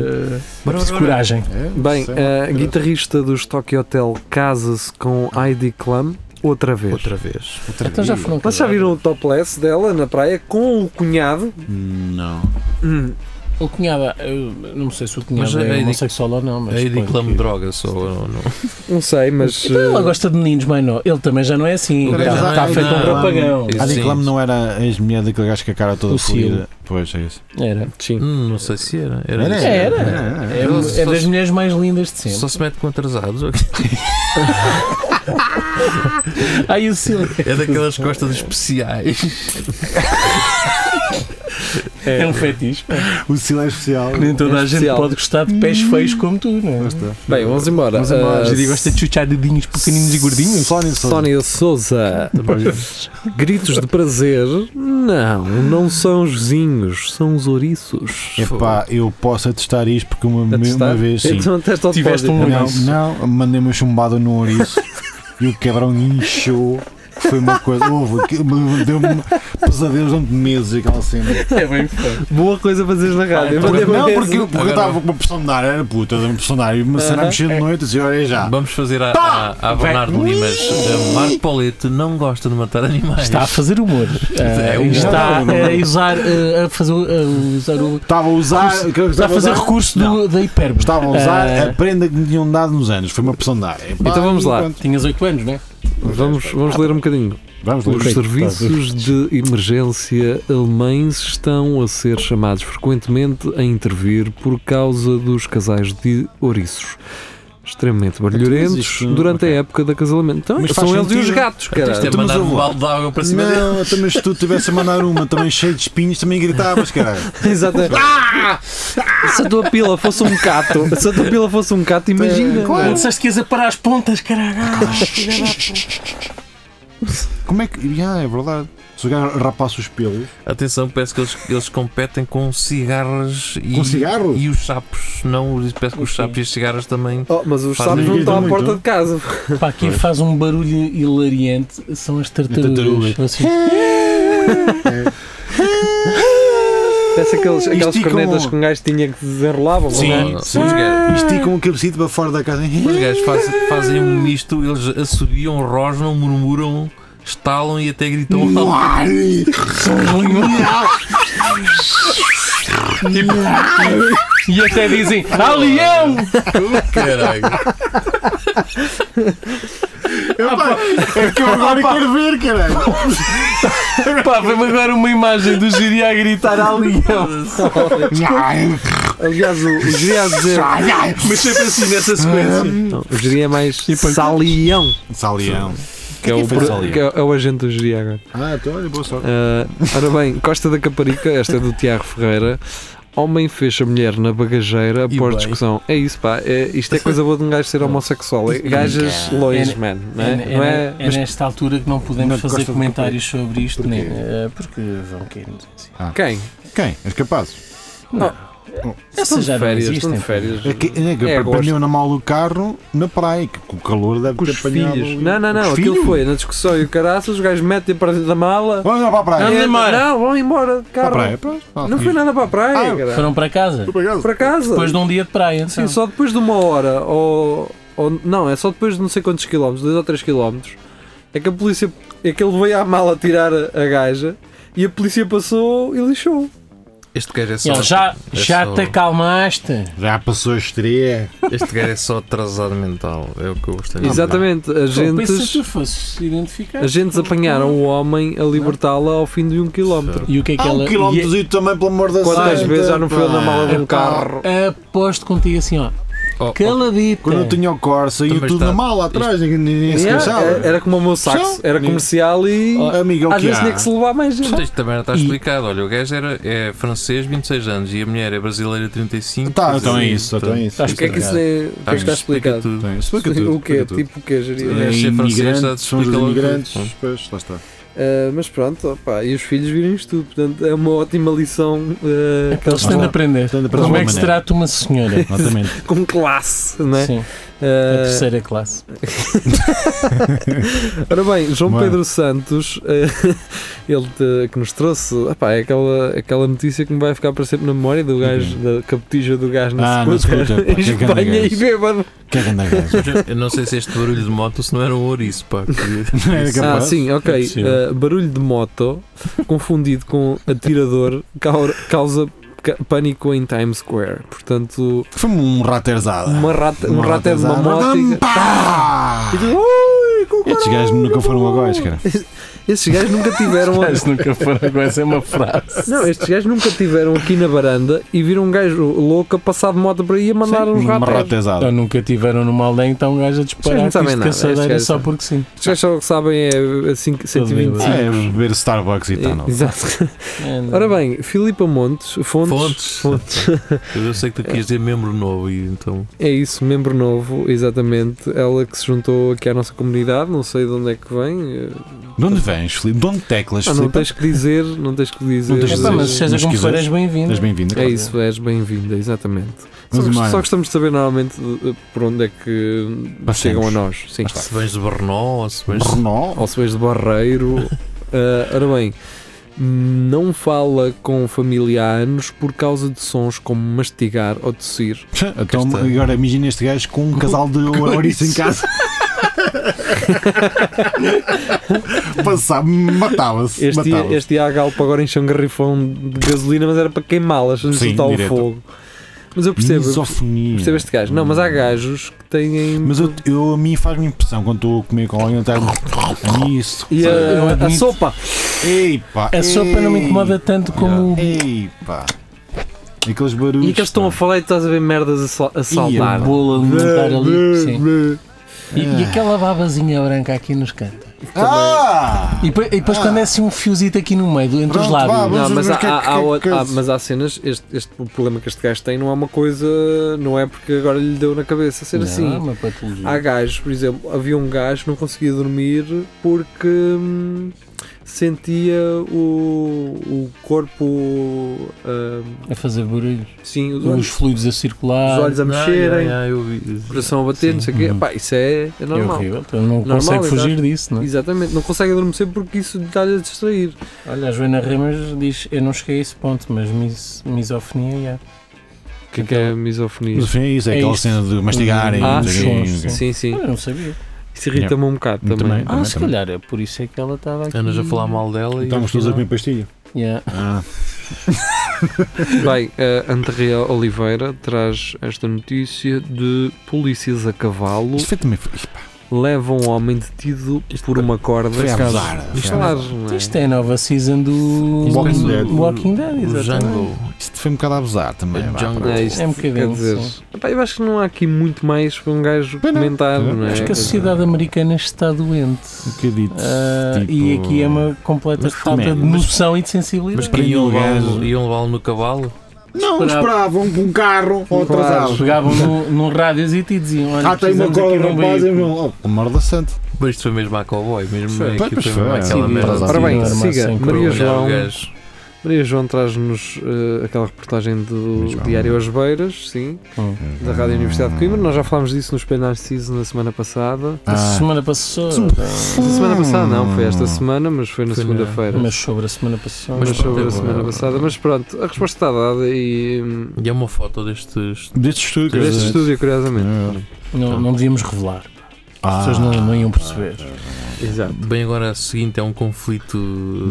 Speaker 2: preciso de coragem.
Speaker 5: é,
Speaker 1: Bem,
Speaker 5: sei lá.
Speaker 2: eh,
Speaker 1: a guitarrista dos Tokyo Hotel casa-se com Heidi Klum outra vez.
Speaker 4: Outra vez.
Speaker 5: Outra
Speaker 2: Então já foram
Speaker 1: Vocês já viram o topless dela na praia com o cunhado?
Speaker 3: Não.
Speaker 1: Hum,
Speaker 2: O cunhado, eu não sei se o
Speaker 4: Mas É
Speaker 2: cunhado
Speaker 4: a
Speaker 2: é
Speaker 4: Heidi-
Speaker 2: homossexual ou não, mas.
Speaker 4: Aí
Speaker 2: suponho
Speaker 4: declamo
Speaker 2: que-
Speaker 4: droga só. Não, não.
Speaker 1: não sei, mas.
Speaker 2: Então ela
Speaker 1: eh,
Speaker 2: gosta de meninos, mas não. Ele também já não é assim.
Speaker 4: Ele
Speaker 2: Está
Speaker 4: já
Speaker 2: está
Speaker 4: não é
Speaker 2: feito um
Speaker 4: nada.
Speaker 2: propagão.
Speaker 4: Isso.
Speaker 3: A
Speaker 4: Sim.
Speaker 3: Diclame não era a ex-mulher daquele gajo com a cara toda
Speaker 2: O Sil.
Speaker 3: fodida. Pois, é isso.
Speaker 2: Era.
Speaker 1: Sim.
Speaker 4: Hum, não sei se era. Era.
Speaker 3: Era,
Speaker 4: isso.
Speaker 2: era.
Speaker 3: É,
Speaker 2: É,
Speaker 4: Só-
Speaker 2: é das mulheres mais lindas de sempre.
Speaker 4: Só se mete com atrasados.
Speaker 2: Ai, o Sil.
Speaker 4: É daquelas costas especiais.
Speaker 2: É um fetiche.
Speaker 3: é.
Speaker 2: É
Speaker 5: O silêncio especial.
Speaker 2: Nem toda a gente
Speaker 1: Especial.
Speaker 2: pode gostar de pés feios como tu, não é?
Speaker 1: Bem, vamos embora.
Speaker 3: Vamos embora.
Speaker 1: Ah,
Speaker 3: Eu diria,
Speaker 2: gosta de chuchar dedinhos é tipo pequeninos e gordinhos.
Speaker 3: Só nisso.
Speaker 1: Sónia Souza. Gritos de prazer? Não, não são os vizinhos, são os ouriços.
Speaker 3: Epá, eu posso atestar isto porque uma,
Speaker 1: A testar?
Speaker 3: É uma vez sim.
Speaker 1: Então testa ao
Speaker 2: Tiveste
Speaker 1: depósito.
Speaker 2: um-
Speaker 3: Não,
Speaker 2: ouriço.
Speaker 3: não, mandei uma chumbada no ouriço e o cabrão inchou. Foi uma coisa. Houve, que- me- deu-me um pesadelos durante meses aquela cena.
Speaker 2: É bem feio.
Speaker 1: Boa coisa fazeres na rádio.
Speaker 2: então-
Speaker 1: Mandei-me
Speaker 3: Não,
Speaker 1: esse.
Speaker 3: porque, eu- porque eu estava com uma pressão de ar, era puta, uma pressão de ar, e uma cena a mexer
Speaker 2: É.
Speaker 3: de noite, assim, olha já.
Speaker 4: Vamos fazer a, a, a Bernardo Limas. A Marco Paulete não gosta de matar animais.
Speaker 2: Está a fazer humor.
Speaker 4: É,
Speaker 2: Ah,
Speaker 4: humor.
Speaker 2: está a usar, ah, a fazer, o- a usar o.
Speaker 3: Estava a usar. que- que
Speaker 2: Está a
Speaker 3: estava
Speaker 2: fazer
Speaker 3: usar-
Speaker 2: recurso
Speaker 3: Não.
Speaker 2: do, da hipérbole.
Speaker 3: Estava a usar É.
Speaker 2: Ah,
Speaker 3: a prenda que me tinham dado nos anos, foi uma pressão de ar. Epá,
Speaker 1: Então vamos lá.
Speaker 3: pronto.
Speaker 2: Tinhas 8 anos, não é?
Speaker 1: Vamos, vamos ler um bocadinho.
Speaker 3: Vamos lá.
Speaker 1: Os serviços de emergência alemães estão a ser chamados frequentemente a intervir por causa dos casais de ouriços. Extremamente barulhentos
Speaker 3: isto-
Speaker 1: durante
Speaker 3: ok.
Speaker 1: a época de acasalamento. Então,
Speaker 3: Mas faz
Speaker 1: são eles e os
Speaker 3: sentido.
Speaker 1: gatos,
Speaker 4: Isto é
Speaker 1: caralho.
Speaker 3: Então, mas
Speaker 4: mandar
Speaker 3: eu
Speaker 4: um
Speaker 3: vou.
Speaker 4: balde de água para cima dele.
Speaker 3: Não, também se tu tivesse a mandar uma também cheia de espinhos, também gritavas, caralho. <laughs>
Speaker 1: Exatamente. Ah!
Speaker 3: Ah!
Speaker 1: Se a tua pila fosse um gato, se a tua pila fosse um gato, imagina.
Speaker 2: Claro. Disseste que ias a parar as pontas, caralho.
Speaker 3: Como é que. Ah, é verdade. Se o gajo rapasse os pelos.
Speaker 4: Atenção, parece que eles, eles competem com cigarras e,
Speaker 5: Com cigarro?
Speaker 4: e os sapos. Não, parece que os
Speaker 2: Ok.
Speaker 4: sapos e as cigarras também.
Speaker 1: Oh, mas os
Speaker 4: Faz
Speaker 1: sapos não
Speaker 5: ninguém
Speaker 1: estão à
Speaker 5: muito.
Speaker 1: porta de casa.
Speaker 2: Pá, quem faz um barulho hilariante são as tartarugas.
Speaker 3: Tartarugas.
Speaker 2: Assim,
Speaker 1: Parece aqueles, aquelas
Speaker 3: Esticam-
Speaker 1: cornetas que um gajo tinha que desenrolavam.
Speaker 3: Sim,
Speaker 4: Ah,
Speaker 3: sim.
Speaker 4: Os gajos,
Speaker 3: Esticam o cabecito para fora da casa. <laughs>
Speaker 4: <laughs> os gajos faz- fazem um misto, eles assobiam, rosnam, murmuram, estalam e até gritam alto. Tipo,
Speaker 2: e até dizem, ah, leão!
Speaker 3: Oh,
Speaker 4: Caralho.
Speaker 3: É que eu agora quero ver, caralho.
Speaker 2: Pá, vem-me agora uma imagem do Giri a gritar, ah, leão!
Speaker 1: Aliás, o, o geria a dizer.
Speaker 2: Mas sempre assim, nessa sequência.
Speaker 1: Não, o geria é mais
Speaker 2: depois-
Speaker 1: salião.
Speaker 3: Salião.
Speaker 1: que é o,
Speaker 3: Foi
Speaker 1: pro-
Speaker 3: só ali.
Speaker 1: que é- é o agente do geria agora.
Speaker 5: Ah, então olha, boa sorte.
Speaker 1: Ah, ora bem, Costa da Caparica, esta é do Tiago Ferreira. Homem fecha mulher na bagageira
Speaker 4: E
Speaker 1: após
Speaker 4: bem.
Speaker 1: discussão. É isso, pá. É, isto é coisa boa de um gajo ser homossexual. É gajas
Speaker 2: É,
Speaker 1: lois,
Speaker 2: é-
Speaker 1: man. Não
Speaker 2: É,
Speaker 1: é?
Speaker 2: ne-
Speaker 1: Não
Speaker 2: é
Speaker 1: é?
Speaker 2: ne- é
Speaker 1: Mas
Speaker 2: nesta altura que não
Speaker 5: Não
Speaker 2: podemos
Speaker 5: te
Speaker 2: fazer
Speaker 5: gosto do
Speaker 2: comentários sobre isto,
Speaker 5: Porquê?
Speaker 2: nem, eh, porque vão cair nos assim.
Speaker 1: quem?
Speaker 3: Quem? Os capazes.
Speaker 1: Estão
Speaker 2: Essas
Speaker 1: de
Speaker 2: já não
Speaker 1: férias, estão
Speaker 2: existem.
Speaker 1: de férias.
Speaker 3: É que, é que
Speaker 1: É,
Speaker 3: apanhou na mal o carro na praia, que com o calor deve
Speaker 1: Com
Speaker 3: ter
Speaker 1: os
Speaker 3: apanhado.
Speaker 1: filhos. Não, não, não.
Speaker 3: Os
Speaker 1: Aquilo
Speaker 3: filhos?
Speaker 1: foi na discussão e o caraças. Os gajos metem para dentro da mala.
Speaker 3: Vamos lá para a praia.
Speaker 4: Anda
Speaker 1: Andam-
Speaker 4: embora.
Speaker 1: não, vão embora de
Speaker 3: Para a
Speaker 1: carro.
Speaker 3: praia, pronto. Ah,
Speaker 1: Não foi
Speaker 3: filhos.
Speaker 1: nada para a praia,
Speaker 3: Ah,
Speaker 1: cara.
Speaker 2: Foram para casa,
Speaker 5: Obrigado.
Speaker 1: Para casa.
Speaker 2: depois de um dia de praia.
Speaker 1: Sim,
Speaker 2: então.
Speaker 1: só depois de uma hora ou, ou- Não, é só depois de não sei quantos quilómetros, 2 ou 3 quilómetros, é que a polícia. É que ele veio à mala tirar a, a gaja e a polícia passou e lixou.
Speaker 4: Este gajo é só.
Speaker 2: Ele, já
Speaker 4: é
Speaker 2: já
Speaker 4: só-
Speaker 2: te acalmaste.
Speaker 3: Já passou a estreia.
Speaker 4: Este gajo é só atrasado mental. É o que eu gostaria de dizer.
Speaker 1: Exatamente,
Speaker 2: Pensa se
Speaker 1: agentes,
Speaker 2: tu fosses identificar.
Speaker 1: agentes apanharam o homem a libertá-la ao fim de um quilómetro.
Speaker 2: E o que é que
Speaker 3: Há um
Speaker 2: ela. e-
Speaker 3: quilómetrozinho também, pelo amor da
Speaker 1: Quantas
Speaker 3: santa,
Speaker 1: vezes já não foi
Speaker 3: pá.
Speaker 1: na mala de um
Speaker 2: Epá,
Speaker 1: carro?
Speaker 2: Aposto contigo assim, ó.
Speaker 4: Oh, oh,
Speaker 2: Caladita.
Speaker 3: Quando eu tinha o Corsa e
Speaker 4: Também
Speaker 3: tudo
Speaker 4: está-
Speaker 3: na mala atrás, ninguém ninguém se
Speaker 1: Yeah, É, era-
Speaker 3: queixava.
Speaker 1: era como o meu saxo,
Speaker 3: Sim. Ah,
Speaker 1: era comercial e
Speaker 3: Amiga, o
Speaker 1: às
Speaker 3: que
Speaker 1: vezes
Speaker 3: há?
Speaker 1: tinha que se levar mais gente.
Speaker 4: Isto também não está explicado. Olha, o gajo era, é francês, 26 anos, e a mulher é brasileira, 35.
Speaker 3: Tá,
Speaker 4: Quer
Speaker 3: então é
Speaker 4: dizer,
Speaker 3: isso, então é isso.
Speaker 2: Estás
Speaker 1: O que é que isso é, o que é que
Speaker 4: acho que
Speaker 1: está
Speaker 4: Tá, explica
Speaker 1: explicado?
Speaker 4: tudo.
Speaker 3: Então, isso explica tudo,
Speaker 1: o que é?
Speaker 3: explica tudo.
Speaker 1: Tipo, o que é gerir?
Speaker 4: É,
Speaker 3: É
Speaker 4: ser francês, já te
Speaker 3: imigrante, somos os
Speaker 4: explica logo
Speaker 3: imigrantes,
Speaker 4: tudo.
Speaker 3: pois, lá está.
Speaker 1: Uh, mas pronto, opa, e os filhos virem-se tudo, portanto é uma ótima lição uh, que eles
Speaker 2: Eles têm de
Speaker 1: têm
Speaker 2: aprender.
Speaker 3: Têm de aprender
Speaker 2: Como é
Speaker 3: uma
Speaker 2: que se
Speaker 3: maneira.
Speaker 2: trata uma senhora?
Speaker 3: Exatamente.
Speaker 1: com classe, não é?
Speaker 2: Sim, a
Speaker 1: Uh,
Speaker 2: terceira classe.
Speaker 1: ora bem, João
Speaker 3: Mano.
Speaker 1: Pedro Santos, uh, <laughs> ele te- que nos trouxe, opá, é aquela, aquela notícia que me vai ficar para sempre na memória do gajo, da capetija do gajo na
Speaker 3: Uhum. Ah, na
Speaker 1: scooter, <laughs>
Speaker 3: scooter, pá,
Speaker 1: em
Speaker 3: que grande
Speaker 1: Espanha e
Speaker 3: gajo.
Speaker 1: bêbado.
Speaker 3: Que é que anda gajo?
Speaker 4: Mas Eu não sei se este barulho de moto se não era um ouriço, pá. que-
Speaker 3: Não
Speaker 1: <laughs>
Speaker 3: era
Speaker 1: Ah,
Speaker 3: capaz?
Speaker 1: sim,
Speaker 2: É
Speaker 1: ok.
Speaker 2: possível.
Speaker 1: uh, barulho de moto confundido com atirador cau- causa ca- pânico em Times Square. Portanto,
Speaker 3: Foi-me um raterzada.
Speaker 1: uma rata, um rato é de uma moto. e-
Speaker 3: Pá!
Speaker 1: E tu, "Ui, com
Speaker 3: Estes
Speaker 1: caralho,
Speaker 3: gajos nunca foram
Speaker 1: bom."
Speaker 3: agóis, cara.
Speaker 1: Estes gajos
Speaker 3: <laughs>
Speaker 1: nunca tiveram.
Speaker 2: Mas nunca foram com essa é uma frase.
Speaker 1: Não, estes gajos nunca tiveram aqui na varanda e viram um gajo louco a passar de moto por aí a mandar um uns
Speaker 3: Uma é
Speaker 1: ratos.
Speaker 3: ratezada.
Speaker 2: Ou nunca tiveram numa aldeia, então um gajo a
Speaker 1: Vocês não
Speaker 2: disparar
Speaker 1: sabem
Speaker 2: com isto de
Speaker 1: nada, estes
Speaker 2: caçadeira
Speaker 1: gajos
Speaker 2: só
Speaker 1: são-
Speaker 2: porque sim.
Speaker 1: Estes gajos só o que sabem é a cinco- 125.
Speaker 3: É, beber Starbucks e tal. não. <laughs>
Speaker 1: Exato.
Speaker 2: É, não.
Speaker 1: Ora bem, Filipa Montes, <laughs> Fontes,
Speaker 4: Fontes.
Speaker 1: Fontes. <laughs>
Speaker 4: Eu sei que tu quis dizer membro novo e então.
Speaker 1: É isso, membro novo, exatamente. Ela que se juntou aqui à nossa comunidade, não sei de onde é que vem. eh,
Speaker 3: De onde vens, Filipe? De onde teclas,
Speaker 1: Ah, não
Speaker 3: Filipe?
Speaker 1: tens que dizer, não tens que dizer.
Speaker 3: tens
Speaker 2: É
Speaker 3: que
Speaker 2: pá,
Speaker 3: dizer.
Speaker 2: mas seja como
Speaker 3: Mas
Speaker 2: for,
Speaker 3: quiseres,
Speaker 2: és bem-vindo.
Speaker 3: És bem-vindo.
Speaker 1: É
Speaker 3: claro.
Speaker 1: isso, és bem-vinda, exatamente. Só,
Speaker 3: Mas,
Speaker 1: gost-
Speaker 3: mano,
Speaker 1: só gostamos de saber normalmente de- por onde é que
Speaker 3: Passamos.
Speaker 1: chegam a nós. Sim.
Speaker 4: Se vens de Brno ou se vens.
Speaker 3: Renault?
Speaker 1: Ou se vês de
Speaker 3: <laughs>
Speaker 1: Barreiro. Ah, ora bem, não fala com família há anos por causa de sons como mastigar ou tossir.
Speaker 3: Então,
Speaker 4: Cá está.
Speaker 3: agora imagina este gajo com um casal de ouriço em casa. Passava, matava-se.
Speaker 1: Este,
Speaker 3: matava-se.
Speaker 1: este Iagalpo agora encheu um garrifão de gasolina, mas era para queimá-las, antes de
Speaker 3: Sim,
Speaker 1: soltar o
Speaker 3: direto.
Speaker 1: fogo. Mas eu percebo, eu
Speaker 3: Misofonia.
Speaker 1: percebo este gajo. Não, mas há gajos que têm.
Speaker 3: Mas eu, eu- a mim faz-me impressão quando estou a comer com alguém, eu tenho isso.
Speaker 1: E
Speaker 2: Eu
Speaker 1: a, a
Speaker 2: admito-
Speaker 1: sopa!
Speaker 3: Eipa,
Speaker 2: A sopa não me
Speaker 3: ei,
Speaker 2: incomoda tanto como.
Speaker 3: Eipa. Aqueles barulhos.
Speaker 1: E aqueles que estão a falar e tu estás a ver merdas a, sal- a
Speaker 2: A
Speaker 1: saltar.
Speaker 2: bola alimentar ali. Sim. E, e
Speaker 3: Ah.
Speaker 2: aquela babazinha branca aqui nos cantos.
Speaker 3: Ah!
Speaker 2: E, depois- e depois
Speaker 3: Ah.
Speaker 2: quando é assim um fiozito aqui no meio, entre os
Speaker 3: Pronto,
Speaker 2: lábios.
Speaker 3: vá,
Speaker 1: Não,
Speaker 3: Vamos
Speaker 1: mas
Speaker 3: ver
Speaker 1: há,
Speaker 3: o que é que-
Speaker 1: há- há
Speaker 3: que-
Speaker 1: outra-
Speaker 3: que-
Speaker 1: há- mas há cenas, este, este- o problema que este gajo tem não é uma coisa, não é porque agora lhe deu na cabeça ser
Speaker 2: Não, é
Speaker 1: assim.
Speaker 2: uma patologia.
Speaker 1: Há gajos, por exemplo, havia um gajo que não conseguia dormir porque hum, sentia o, o corpo, hum,
Speaker 2: A fazer barulhos.
Speaker 1: sim, os
Speaker 2: Os
Speaker 1: olhos,
Speaker 2: fluidos a circular.
Speaker 1: os olhos a
Speaker 4: Ah,
Speaker 1: mexerem,
Speaker 4: já, já, eu vi.
Speaker 1: o coração a bater, não sei o quê.
Speaker 2: Uhum.
Speaker 1: Pá, isso é, é
Speaker 2: É
Speaker 1: normal.
Speaker 2: horrível. Então não
Speaker 1: Normal,
Speaker 2: consegue
Speaker 1: exato.
Speaker 2: fugir disso, não é?
Speaker 1: Exatamente, não consegue adormecer porque isso lhe está-lhe a distrair.
Speaker 2: Olha, a Joana Ramos diz: Eu não cheguei a esse ponto, mas mis- misofonia
Speaker 1: O que é que é misofonia?
Speaker 3: Mas é isso, é
Speaker 2: É
Speaker 3: aquela
Speaker 2: isto.
Speaker 3: cena de mastigarem.
Speaker 1: Ah,
Speaker 3: não sei o quê,
Speaker 2: sim,
Speaker 3: não sei
Speaker 1: Sim,
Speaker 3: o quê.
Speaker 2: já.
Speaker 1: sim.
Speaker 2: Eu não sabia.
Speaker 1: Isso irrita-me um bocado
Speaker 3: Também.
Speaker 1: também.
Speaker 2: Ah,
Speaker 3: Também,
Speaker 2: se
Speaker 3: também.
Speaker 2: calhar é por isso é que ela estava aqui.
Speaker 4: Andas a falar mal dela e.
Speaker 3: Estávamos todos a comer pastilha.
Speaker 2: Yeah.
Speaker 3: Ah,
Speaker 1: Bem, a Andrea Oliveira traz esta notícia de polícias a cavalo
Speaker 3: isto foi também. foi- ih, pá,
Speaker 1: leva um homem detido por uma corda.
Speaker 3: Foi abusar.
Speaker 1: Isto,
Speaker 3: Foi
Speaker 1: claro,
Speaker 3: abusar.
Speaker 1: não é?
Speaker 2: Isto é um a nova season do
Speaker 3: Isto parece o-
Speaker 2: do Walking Dead,
Speaker 4: o
Speaker 2: exatamente.
Speaker 4: Jungle.
Speaker 3: Isto foi um bocado a abusar também.
Speaker 4: É
Speaker 3: vá,
Speaker 4: jungle.
Speaker 3: pronto.
Speaker 1: É, isto,
Speaker 2: É um
Speaker 1: quer
Speaker 2: bocadinho,
Speaker 1: dizer,
Speaker 2: sim.
Speaker 1: epá, eu acho que não há aqui muito mais para um gajo
Speaker 3: Pois não.
Speaker 1: comentar.
Speaker 3: Pois não.
Speaker 1: não é?
Speaker 2: Acho que a sociedade americana está doente.
Speaker 3: Um bocadito.
Speaker 2: Ah,
Speaker 3: tipo-
Speaker 2: E aqui é uma completa
Speaker 3: Mas
Speaker 2: falta de
Speaker 3: recomendo, mas-
Speaker 2: noção e de sensibilidade.
Speaker 3: mas para- Prendeu
Speaker 4: Iam
Speaker 3: o
Speaker 1: um
Speaker 4: levá-lo
Speaker 3: gajo.
Speaker 4: iam levá-lo um no cavalo?
Speaker 5: Não,
Speaker 2: Esperava.
Speaker 5: esperavam com um carro ou
Speaker 1: Claro.
Speaker 3: Ah,
Speaker 5: atrasado.
Speaker 2: Chegavam no, num radiozito e diziam: Olha,
Speaker 5: Ah, tem uma
Speaker 2: precisamos aqui
Speaker 5: corda
Speaker 2: de um
Speaker 5: no rapaz e
Speaker 2: veículo.
Speaker 5: meu.
Speaker 3: Uma Morda Santa.
Speaker 4: Mas isto foi mesmo à cowboy, mesmo
Speaker 3: Foi.
Speaker 4: aqui
Speaker 3: Pois
Speaker 4: foi
Speaker 3: foi.
Speaker 4: mesmo aquela
Speaker 3: Sim,
Speaker 4: merda.
Speaker 3: verdade.
Speaker 1: Ora bem,
Speaker 2: Sim,
Speaker 1: siga,
Speaker 2: armar sem
Speaker 1: Maria
Speaker 2: cruz.
Speaker 1: João.
Speaker 4: né, O gajo.
Speaker 1: Maria João traz-nos eh, aquela reportagem do
Speaker 3: Maria João.
Speaker 1: Diário As Beiras, sim,
Speaker 2: Hum.
Speaker 1: da Rádio Universidade de Coimbra. Nós já falámos disso no Espelho Narciso na semana passada.
Speaker 3: Ah.
Speaker 2: A semana passada.
Speaker 1: Mas a semana passada não, foi
Speaker 3: Hum.
Speaker 1: esta semana, mas foi na
Speaker 4: Foi na-
Speaker 1: segunda-feira.
Speaker 2: Mas sobre a semana passada.
Speaker 1: Mas
Speaker 4: Mas
Speaker 1: sobre
Speaker 4: pronto,
Speaker 1: a
Speaker 4: é
Speaker 1: semana
Speaker 4: bom.
Speaker 1: passada. Mas pronto, a resposta está dada e. hum,
Speaker 4: E é uma foto destes.
Speaker 3: Deste estúdio. quer
Speaker 1: Deste
Speaker 3: dizer.
Speaker 1: estúdio, curiosamente.
Speaker 2: não, não devíamos revelar.
Speaker 3: Ah.
Speaker 2: As pessoas não, não iam perceber.
Speaker 1: Exato.
Speaker 4: Bem, agora a seguinte é um conflito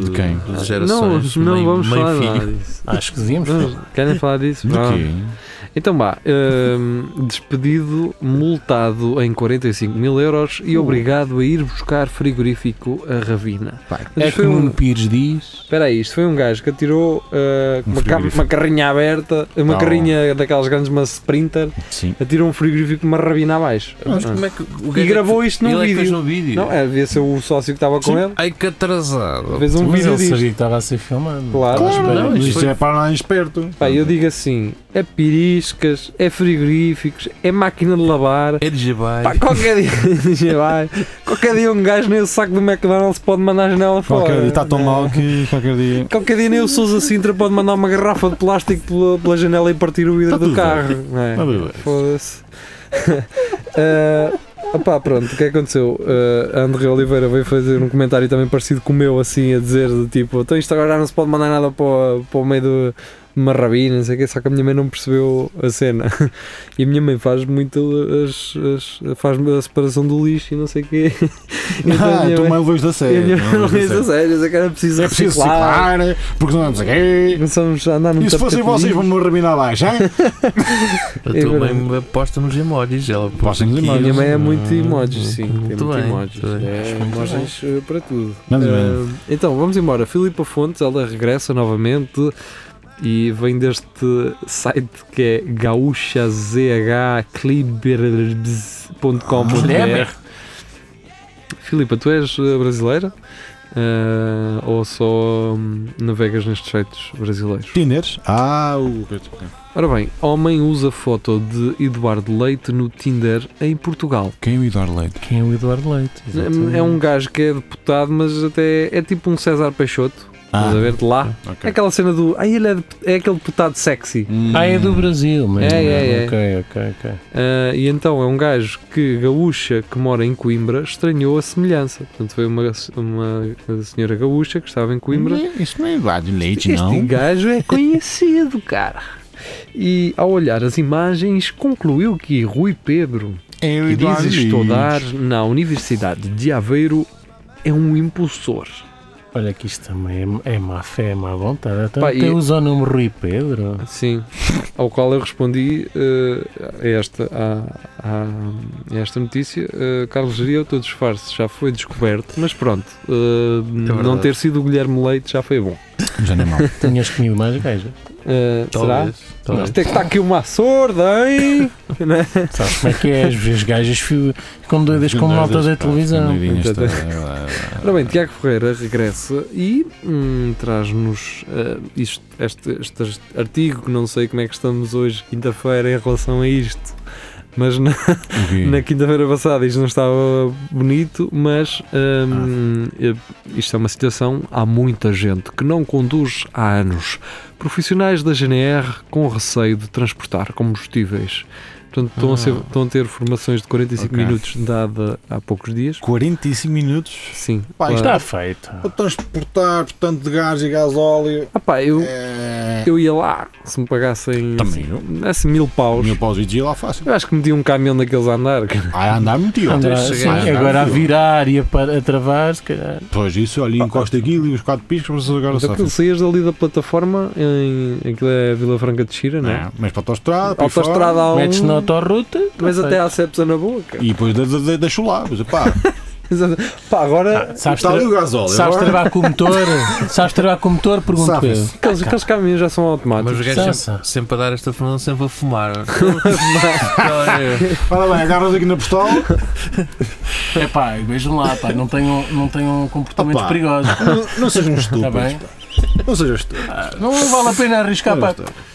Speaker 3: De quem?
Speaker 4: de
Speaker 1: Não,
Speaker 4: gerações.
Speaker 1: não
Speaker 4: meio,
Speaker 1: vamos
Speaker 4: meio
Speaker 1: falar
Speaker 4: filho.
Speaker 1: nada disso.
Speaker 2: Acho que devíamos.
Speaker 1: Não, Querem falar disso?
Speaker 3: De
Speaker 1: Vá.
Speaker 3: quê?
Speaker 1: Então vá, hum, despedido, multado em 45 mil euros e obrigado a ir buscar frigorífico a Ravina.
Speaker 3: Vai.
Speaker 1: Mas
Speaker 2: É
Speaker 1: foi
Speaker 2: como
Speaker 1: um-
Speaker 2: o Pires diz.
Speaker 1: Espera aí, isto foi um gajo que atirou uh,
Speaker 3: Um
Speaker 1: uma, ca-
Speaker 3: frigorífico.
Speaker 1: uma carrinha aberta, uma
Speaker 3: Ah.
Speaker 1: carrinha daquelas grandes, uma sprinter,
Speaker 3: Sim.
Speaker 1: atirou um frigorífico com uma rabina abaixo.
Speaker 4: Mas
Speaker 1: Ah.
Speaker 4: como é que o
Speaker 1: E
Speaker 4: gajo
Speaker 1: gravou isto
Speaker 4: é que,
Speaker 1: num
Speaker 4: ele É que fez
Speaker 1: vídeo.
Speaker 4: um vídeo.
Speaker 1: Não, é, devia ser o sócio que estava com ele,
Speaker 4: Ai que atrasado.
Speaker 1: fez um
Speaker 2: mas
Speaker 1: vídeo
Speaker 2: ele
Speaker 1: disto.
Speaker 2: sabia que estava a ser filmado.
Speaker 1: Claro.
Speaker 2: Estava à
Speaker 4: Claro,
Speaker 2: espera.
Speaker 4: não,
Speaker 3: Mas
Speaker 4: isto
Speaker 3: isto
Speaker 4: foi-
Speaker 3: é para lá esperto.
Speaker 1: Pá, eu digo assim, é piriscas, é frigoríficos, é máquina de lavar,
Speaker 4: É de Jabai.
Speaker 1: Pá, qualquer dia, <laughs> já vai. qualquer dia um gajo nem o saco do McDonald's pode mandar a janela fora.
Speaker 3: Qualquer dia tá está tão
Speaker 1: <laughs>
Speaker 3: mal que qualquer dia.
Speaker 1: Qualquer dia nem o Sousa Sintra pode mandar uma garrafa de plástico pela, pela janela e partir o vidro
Speaker 3: Está
Speaker 1: do
Speaker 3: Tá tudo Tá
Speaker 1: carro. não é?
Speaker 3: Está tudo bem.
Speaker 1: Foda-se. <laughs> Ah, opá, pronto, o que é que aconteceu? Ah, André Oliveira veio fazer um comentário também parecido com o meu, assim, a dizer do tipo: então isto agora já não se pode mandar nada para, o- para o meio do. Uma rabina, não sei o que, só que a minha mãe não percebeu a cena. <laughs> E a minha mãe faz muito as, as- faz a separação do lixo e não sei o quê. <laughs> Então a
Speaker 3: Ah,
Speaker 1: minha
Speaker 3: tu
Speaker 1: mãe-
Speaker 3: meio luz da
Speaker 1: e a
Speaker 3: série.
Speaker 1: minha mãe não diz a sério, isso é que era preciso
Speaker 3: É preciso
Speaker 1: reciclar.
Speaker 3: ciclar, porque não é não sei o quê.
Speaker 1: Começamos a andar num
Speaker 3: E se fossem
Speaker 1: tapete
Speaker 3: vocês,
Speaker 1: liso.
Speaker 3: vão-me rabinar abaixo, hein?
Speaker 4: A
Speaker 1: É
Speaker 4: tua
Speaker 1: verdade.
Speaker 4: mãe aposta nos emojis. Ela aposta
Speaker 3: Aposta nos
Speaker 4: aqui.
Speaker 3: emojis.
Speaker 1: A minha mãe é
Speaker 4: Hum,
Speaker 1: muito emojis, sim.
Speaker 4: Muito
Speaker 1: é muito
Speaker 4: bem.
Speaker 1: emojis.
Speaker 4: muito bem.
Speaker 1: É,
Speaker 2: muito
Speaker 1: emojis eh, para tudo.
Speaker 3: Muito bem.
Speaker 1: Ah, então, vamos embora. Filipa Fontes, ela regressa novamente e vem deste site que é
Speaker 4: Ah,
Speaker 1: gaúchazhclibers.com.br.
Speaker 2: Kleber.
Speaker 1: Filipa, tu és eh, brasileira? Ah, ou só hum, navegas nestes sites brasileiros?
Speaker 3: Tinders? Ah, o.
Speaker 1: Ora bem, homem usa foto de Eduardo Leite no Tinder em Portugal.
Speaker 3: Quem é o Eduardo Leite?
Speaker 2: Quem é o Eduardo Leite? Exatamente.
Speaker 1: É um gajo que é deputado, mas até é tipo um César Peixoto. Estás a ver? De lá. É
Speaker 3: Ah. ok.
Speaker 1: aquela cena do. Ah, ele é, dep- é aquele deputado sexy.
Speaker 3: hum.
Speaker 2: Ah, é do Brasil, mas.
Speaker 1: É, é, é.
Speaker 2: Ok, ok, ok.
Speaker 1: Ah, e então é um gajo que, gaúcha, que mora em Coimbra, estranhou a semelhança. Portanto, foi uma, uma senhora gaúcha que estava em Coimbra
Speaker 3: Isso não é Eduardo Leite,
Speaker 1: Este
Speaker 3: não.
Speaker 1: Hum. gajo é conhecido, cara. E ao olhar as imagens, concluiu que Rui Pedro,
Speaker 3: É o
Speaker 1: que diz
Speaker 3: Eduardo
Speaker 1: estudar
Speaker 3: Leite.
Speaker 1: na Universidade de Aveiro, é um impulsor.
Speaker 2: Olha que isto também é, é má fé, é má vontade. Até,
Speaker 1: Pá,
Speaker 2: até
Speaker 1: e-
Speaker 2: usa o nome Rui Pedro.
Speaker 1: Sim. ao qual eu respondi eh, a, esta, a, a- a esta notícia. eh, Carlos Geria, o teu disfarce já foi descoberto, mas pronto, eh, não
Speaker 4: É verdade.
Speaker 1: ter sido o Guilherme Leite já foi bom. <laughs>
Speaker 3: Já não é mau.
Speaker 2: Tinhas comido mais gaja.
Speaker 1: Eh, será?
Speaker 4: Talvez. talvez.
Speaker 1: Isto é que está aqui uma sorda, hein? Né?
Speaker 2: Sabes como é que é? As, as gajas fi- ficam doidas com malta da televisão.
Speaker 1: Então,
Speaker 3: <laughs>
Speaker 1: Ora bem, Tiago Ferreira regressa e hum, traz-nos ah, isto- este, este artigo, que não sei como é que estamos hoje, quinta-feira, em relação a isto, mas na, na quinta-feira passada isto não estava bonito, mas hum,
Speaker 3: Ah.
Speaker 1: eh, isto é uma situação, há muita gente que não conduz há anos. Profissionais da GNR com receio de transportar combustíveis. Portanto, estão, a, ser-
Speaker 4: Ah.
Speaker 1: estão a ter formações de 45
Speaker 3: Ok.
Speaker 1: minutos dada há poucos dias.
Speaker 3: 45 minutos.
Speaker 1: Sim. Ah,
Speaker 3: Pá, isto
Speaker 1: claro.
Speaker 2: Está feito.
Speaker 5: Para transportar tanto de gás e gasóleo.
Speaker 1: Ah pá, eu,
Speaker 5: É...
Speaker 1: eu ia lá se me pagassem
Speaker 3: Também eu.
Speaker 1: assim, mil paus.
Speaker 3: Meu pau de lá fácil.
Speaker 1: Eu acho que metia um caminhão daqueles a andar. cara.
Speaker 3: Ai, andar metido.
Speaker 2: Andrá,
Speaker 4: tens de
Speaker 2: sim,
Speaker 4: chegar.
Speaker 2: agora a virar e a, par- a travar, se calhar.
Speaker 3: Pois isso, ali encosta aquilo e os quatro piscos, vocês agora
Speaker 1: Então aquilo
Speaker 3: sabem.
Speaker 1: saías dali da plataforma em aquilo é Vila Franca de Xira, não é?
Speaker 3: Ah, Mas para a autostrada, para aí fora, Então,
Speaker 1: Autostrada A1,
Speaker 2: Metes na autoruta.
Speaker 1: Mas
Speaker 2: não sei.
Speaker 1: até há sepsa na boca.
Speaker 3: E depois de- de- de- deixo lá. Mas, pá,
Speaker 1: Pá, agora.
Speaker 2: Ah, sabes,
Speaker 3: está ali
Speaker 2: tra
Speaker 3: o gasóleo.
Speaker 2: sabes
Speaker 3: agora-
Speaker 2: travar com o
Speaker 3: <laughs>
Speaker 2: motor? sabes travar com o motor? Pergunto eu.
Speaker 3: Sabe-se.
Speaker 1: Aqueles, aqueles caminhões já são
Speaker 4: Mas
Speaker 1: automáticos.
Speaker 4: os gajos
Speaker 2: Sansa.
Speaker 4: sempre, sempre a dar esta Fernanda sempre a <laughs> fumar. Então, Olha,
Speaker 3: Ora bem, agarras aqui na pistola.
Speaker 2: É pá, vejam lá, pá, não tenham, não tenham um comportamentos
Speaker 3: Opa.
Speaker 2: perigosos.
Speaker 3: Não, não sejam
Speaker 2: Está
Speaker 3: estúpidos.
Speaker 2: tá bem?
Speaker 3: pá. não sejam estúpidos.
Speaker 2: Não vale a pena arriscar, pá.
Speaker 3: tá.
Speaker 2: assim,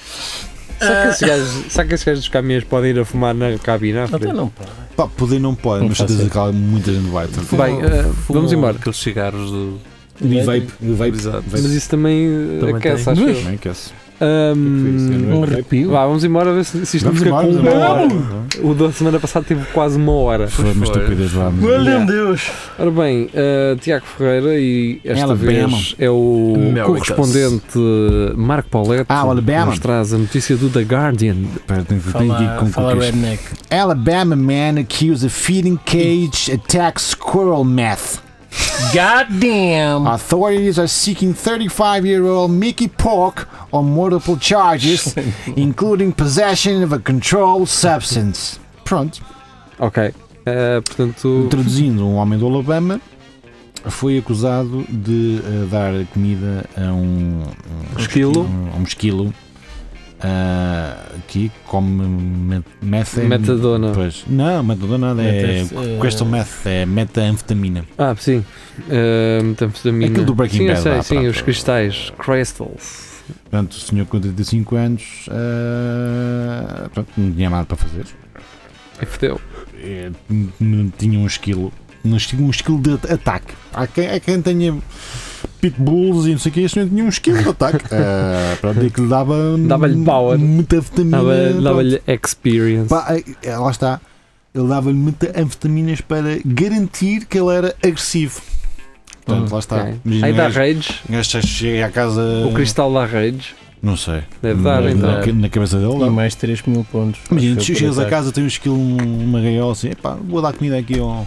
Speaker 1: Será
Speaker 3: Ah,
Speaker 1: que esses gajos- será que esses gajos dos caminhões podem ir a fumar na cabina? à
Speaker 2: Até
Speaker 1: frente?
Speaker 2: então não, pá.
Speaker 3: Pá, poder não pode,
Speaker 2: Não
Speaker 3: mas
Speaker 2: faço
Speaker 3: certeza que há muita gente vai. tá?
Speaker 1: Bem, eh, vamos embora.
Speaker 4: é, Aqueles cigarros do.
Speaker 3: E vape, e vape.
Speaker 4: Exato.
Speaker 3: vape.
Speaker 1: Mas isso também, eh,
Speaker 4: Também
Speaker 1: aquece,
Speaker 4: tem.
Speaker 1: acho
Speaker 2: Mas-
Speaker 1: eu.
Speaker 3: Bem, que é isso.
Speaker 1: Ahm,
Speaker 2: Um arrepio.
Speaker 1: Vá, vamos embora ver se, se isto não
Speaker 3: Vamos
Speaker 1: fica com um
Speaker 3: embora, vamos
Speaker 1: uma hora.
Speaker 3: embora.
Speaker 1: O da semana passada teve quase uma hora.
Speaker 3: Foi uma estupidez lá. mas-
Speaker 2: Valeu Deus!
Speaker 1: Ora bem, eh, Tiago Ferreira e esta
Speaker 3: Alabama.
Speaker 1: vez é o
Speaker 4: Americas.
Speaker 1: correspondente Marco Pauletti
Speaker 3: Ah, o
Speaker 1: que
Speaker 3: Alabama.
Speaker 1: nos traz a notícia do The Guardian.
Speaker 3: Pera, tem que tem que ir
Speaker 2: Fala,
Speaker 3: com
Speaker 2: fala
Speaker 3: cookies.
Speaker 2: redneck.
Speaker 3: Alabama man accused of feeding cage attack squirrel meth.
Speaker 2: God
Speaker 3: Ah,
Speaker 2: damn!
Speaker 3: Authorities are seeking 35-year-old Mickey Pork on multiple charges,
Speaker 2: <laughs>
Speaker 3: including possession of a controlled substance. Pronto.
Speaker 1: Ok. Eh, portanto,
Speaker 3: Traduzindo, um homem do Alabama foi acusado de eh, dar comida a um, um
Speaker 1: Esquilo.
Speaker 3: um- a um esquilo ah, que come met- meth.
Speaker 1: metadona.
Speaker 3: Pois. Não, metadona nada é.
Speaker 2: Meth- eh,
Speaker 3: Crystal meth é metanfetamina.
Speaker 1: Ah, sim. Uh, metanfetamina.
Speaker 3: Aquilo do Breaking
Speaker 1: sim, eu
Speaker 3: Bad
Speaker 1: sei,
Speaker 3: lá, tá.
Speaker 1: sim,
Speaker 3: pronto.
Speaker 1: os cristais. Crystals.
Speaker 3: Portanto, o senhor com 35 anos ah, pronto, não tinha nada para fazer.
Speaker 1: É fodeu.
Speaker 3: Eh, n- Não tinha um esquilo. Não tinha um esquilo de at- ataque. Há quem, há quem tenha pitbulls e não sei o que, este não tinha um esquilo de ataque. Ah, pronto, e que lhe dava.
Speaker 1: Dava-lhe power.
Speaker 3: Muita vitamina.
Speaker 1: Dava- Dava-lhe experience.
Speaker 3: Pá, eh, eh, lá está. Ele dava-lhe metanfetaminas para garantir que ele era agressivo. Portanto, lá está.
Speaker 1: Ok.
Speaker 3: Imagina,
Speaker 1: Aí dá
Speaker 3: um
Speaker 1: rage.
Speaker 3: gajo- um gajo chega à casa.
Speaker 1: O cristal dá rage.
Speaker 3: Não sei.
Speaker 1: Deve dar,
Speaker 3: na,
Speaker 1: então.
Speaker 3: na- na cabeça dele, é?
Speaker 2: E
Speaker 3: dá.
Speaker 2: mais 3 mil pontos.
Speaker 3: Imagina,
Speaker 2: Acho
Speaker 3: tu
Speaker 2: que
Speaker 3: chegas a
Speaker 2: eu
Speaker 3: casa, tem um esquilo, um- uma gaiola assim, epá, vou dar comida aqui ao.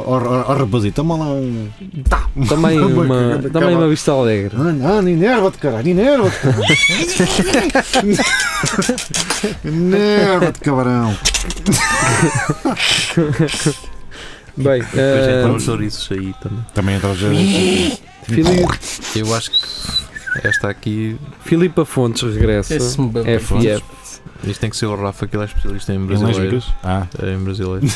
Speaker 3: ao, ao, ao rapazito, toma lá um. Tá!
Speaker 1: Também
Speaker 3: <laughs> Uma
Speaker 1: uma,
Speaker 3: cagada,
Speaker 1: também
Speaker 3: cavalo.
Speaker 1: uma vista alegre.
Speaker 3: Ah, não, enerva-te, caralho, enerva-te!
Speaker 1: <laughs>
Speaker 3: caralho. enerva-te, cabrão!
Speaker 1: Bem,
Speaker 3: é
Speaker 4: Depois
Speaker 1: eh,
Speaker 4: entram os chouriços aí também.
Speaker 3: Também entra já.
Speaker 1: Fili-
Speaker 4: Eu acho que esta aqui.
Speaker 1: Filipa Fontes regressa.
Speaker 2: Esse me bebe.
Speaker 1: É FF.
Speaker 4: Isto tem que ser o Rafa, que ele é especialista em brasileiros.
Speaker 3: Ah,
Speaker 4: É, em brasileiro.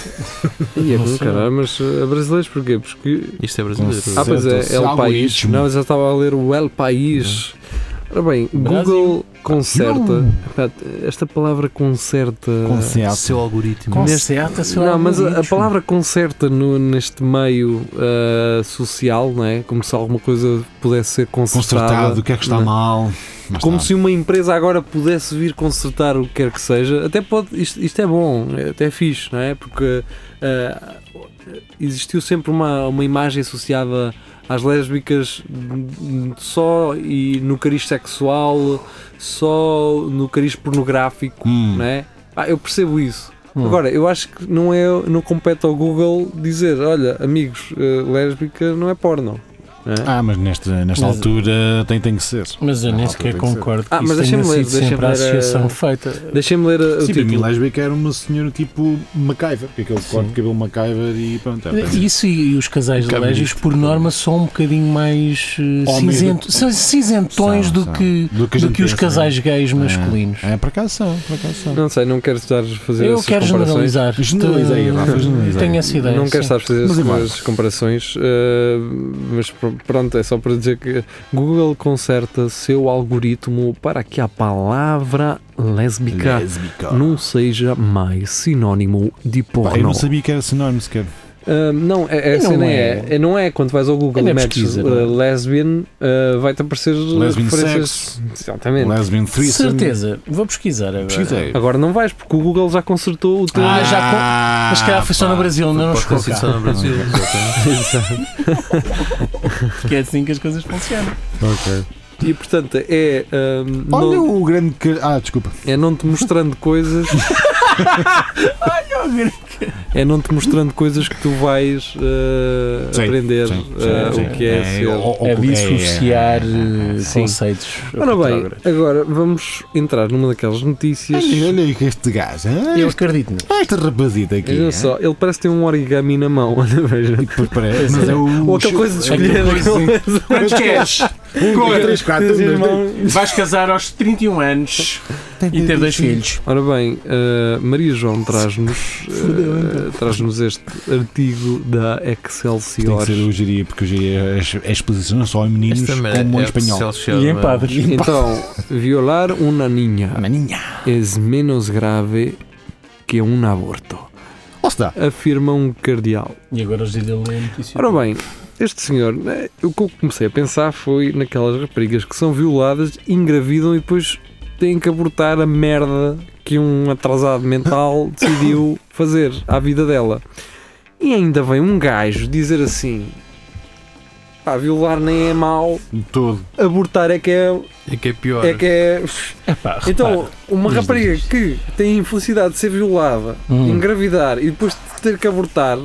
Speaker 1: E é
Speaker 2: Não
Speaker 1: bom,
Speaker 2: sei.
Speaker 1: caralho, mas eh, brasileiros porquê? Porque.
Speaker 4: Isto é brasileiro.
Speaker 3: Não
Speaker 1: Ah, pois é,
Speaker 3: Certo,
Speaker 1: é o
Speaker 3: algo
Speaker 1: país.
Speaker 3: íntimo.
Speaker 1: Não, eu já estava a ler o El País. Ora bem,
Speaker 2: Brasil.
Speaker 1: Google conserta. Epá, Esta palavra conserta.
Speaker 3: concerto.
Speaker 4: Seu algoritmo.
Speaker 2: Com
Speaker 1: Neste-
Speaker 2: certa, seu
Speaker 1: Não, mas a, a
Speaker 2: algoritmo.
Speaker 1: palavra conserta no, neste meio ah, social, não é? Como se alguma coisa pudesse ser consertada.
Speaker 3: Concertado, o que é que está
Speaker 1: Não.
Speaker 3: mal? Mas tá.
Speaker 1: Como
Speaker 3: está.
Speaker 1: se uma empresa agora pudesse vir consertar o que quer que seja. Até pode, isto, isto é bom, é até fixe, não é? Porque ah, existiu sempre uma, uma imagem associada às lésbicas hum, só e no cariz sexual, só no cariz pornográfico,
Speaker 3: Hum.
Speaker 1: não é? Ah, eu percebo isso.
Speaker 2: Hum.
Speaker 1: Agora, eu acho que não, é, não compete ao Google dizer, olha, amigos, eh, lésbica não é porno. não é?
Speaker 3: Ah, mas nesta, nesta
Speaker 2: Mas-
Speaker 3: altura tem, tem que ser.
Speaker 2: Mas eu nem
Speaker 3: Ah,
Speaker 2: sequer
Speaker 3: tem que ser.
Speaker 2: concordo que
Speaker 1: Ah, mas
Speaker 2: isso tenha
Speaker 1: deixa-me ler,
Speaker 2: sido sempre
Speaker 1: deixa-me
Speaker 2: a
Speaker 1: ler a-
Speaker 2: associação feita.
Speaker 1: Deixem-me ler eh, o
Speaker 3: Sim, para mim
Speaker 1: título.
Speaker 3: lésbica era uma senhora tipo MacGyver, que é aquele corte de cabelo MacGyver e pronto. É, tem-
Speaker 2: Isso e, e os casais de
Speaker 3: Cabe
Speaker 2: lésbicos,
Speaker 3: isto.
Speaker 2: por norma, são um bocadinho mais eh,
Speaker 3: Homens
Speaker 2: cinzento, são cinzentões
Speaker 3: São,
Speaker 2: do,
Speaker 3: são.
Speaker 2: Que,
Speaker 3: Do que a
Speaker 2: do
Speaker 3: gente
Speaker 2: que os
Speaker 3: pensa,
Speaker 2: casais gays masculinos.
Speaker 3: É, por acaso são, por acaso são.
Speaker 1: Não sei, não quero estar a fazer
Speaker 2: Eu
Speaker 1: essas
Speaker 2: quero
Speaker 1: comparações.
Speaker 2: generalizar.
Speaker 3: Generalizei, Rafa, generalizei.
Speaker 2: Tenho essa ideia.
Speaker 1: não
Speaker 2: sim.
Speaker 1: quero estar a fazer
Speaker 3: Mas e
Speaker 1: essas
Speaker 3: mais?
Speaker 1: comparações, eh, mas pr- pronto, é só para dizer que Google conserta seu algoritmo para que a palavra lésbica
Speaker 3: Lésbica.
Speaker 1: não seja mais sinónimo de
Speaker 3: Pá,
Speaker 1: porno.
Speaker 3: eu não sabia que era sinónimo sequer.
Speaker 1: Ah, não, é, é,
Speaker 2: E não
Speaker 1: assim, não
Speaker 2: é.
Speaker 1: é. é- Não é quando vais ao Google
Speaker 2: É na
Speaker 1: e metes
Speaker 2: pesquisa,
Speaker 1: eh,
Speaker 2: não é?
Speaker 1: lesbian, ah, vai-te aparecer
Speaker 3: Lesbian
Speaker 1: referências. Exatamente.
Speaker 3: Lesbian threesome.
Speaker 2: Certeza, vou pesquisar agora.
Speaker 3: Pesquisei.
Speaker 1: Agora não vais, porque o Google já consertou o teu.
Speaker 2: Ah, já com- Mas se calhar foi só no
Speaker 3: pá.
Speaker 2: Brasil, não nos chegou
Speaker 4: Pode ter sido
Speaker 2: cá.
Speaker 4: só no Brasil. exatamente.
Speaker 2: Porque é assim que as coisas funcionam.
Speaker 3: Ok.
Speaker 1: E portanto é. ah,
Speaker 3: Olha
Speaker 1: não,
Speaker 3: o grande. ca- Ah, desculpa.
Speaker 1: É não te mostrando coisas É não te mostrando coisas que tu vais eh,
Speaker 3: Sim,
Speaker 1: aprender
Speaker 3: sim,
Speaker 1: eh,
Speaker 3: sim,
Speaker 1: o
Speaker 3: sim.
Speaker 1: que é, ser.
Speaker 3: o- o-
Speaker 2: É
Speaker 3: é, é,
Speaker 2: dissociar
Speaker 3: é,
Speaker 2: eh,
Speaker 1: Sim.
Speaker 2: conceitos.
Speaker 1: Ora bem,
Speaker 2: retrógrados.
Speaker 1: agora vamos entrar numa daquelas notícias.
Speaker 3: Olha, olha aí que este gajo. ah,
Speaker 2: Eu
Speaker 3: Este,
Speaker 2: acredito.
Speaker 3: ah, este rapazito aqui.
Speaker 1: Olha
Speaker 3: ah.
Speaker 1: só, ele parece ter um origami na mão, <laughs> olha, veja.
Speaker 3: Pois parece, mas é o.
Speaker 1: Ou aquela coisa de
Speaker 2: aquela
Speaker 1: escolher.
Speaker 2: coisa- Quantos queres?
Speaker 5: Um, dois, três, quatro. um, dois, três.
Speaker 2: Vais casar aos 31 anos e ter dois filhos.
Speaker 1: Ora bem, eh, Maria João traz-nos
Speaker 3: então.
Speaker 1: eh, traz-nos este artigo da
Speaker 3: Tem que
Speaker 1: Excelsior.
Speaker 3: ser o geria, porque o geria é, é exposição não só em meninos,
Speaker 4: Esta merda
Speaker 3: como em
Speaker 4: é
Speaker 3: espanhol.
Speaker 2: E em
Speaker 4: Excelsior, mano.
Speaker 2: padres.
Speaker 1: Então, violar uma niña
Speaker 3: Maninha.
Speaker 1: es menos grave que um aborto,
Speaker 3: Ou está.
Speaker 1: afirma um cardeal.
Speaker 2: E agora os dele lêem notícias.
Speaker 1: Ora bem, este senhor, né, o que eu comecei a pensar foi naquelas raparigas que são violadas, engravidam e depois têm que abortar a merda que um atrasado mental decidiu fazer à vida dela. E ainda vem um gajo dizer assim: pá, violar nem é mau,
Speaker 3: Todo.
Speaker 1: abortar é que é,
Speaker 4: É que é pior.
Speaker 1: é, que é
Speaker 2: Epá,
Speaker 1: Então, uma
Speaker 3: diz,
Speaker 1: rapariga
Speaker 3: diz.
Speaker 1: que tem a infelicidade de ser violada,
Speaker 2: Hum.
Speaker 1: engravidar e depois de ter que abortar,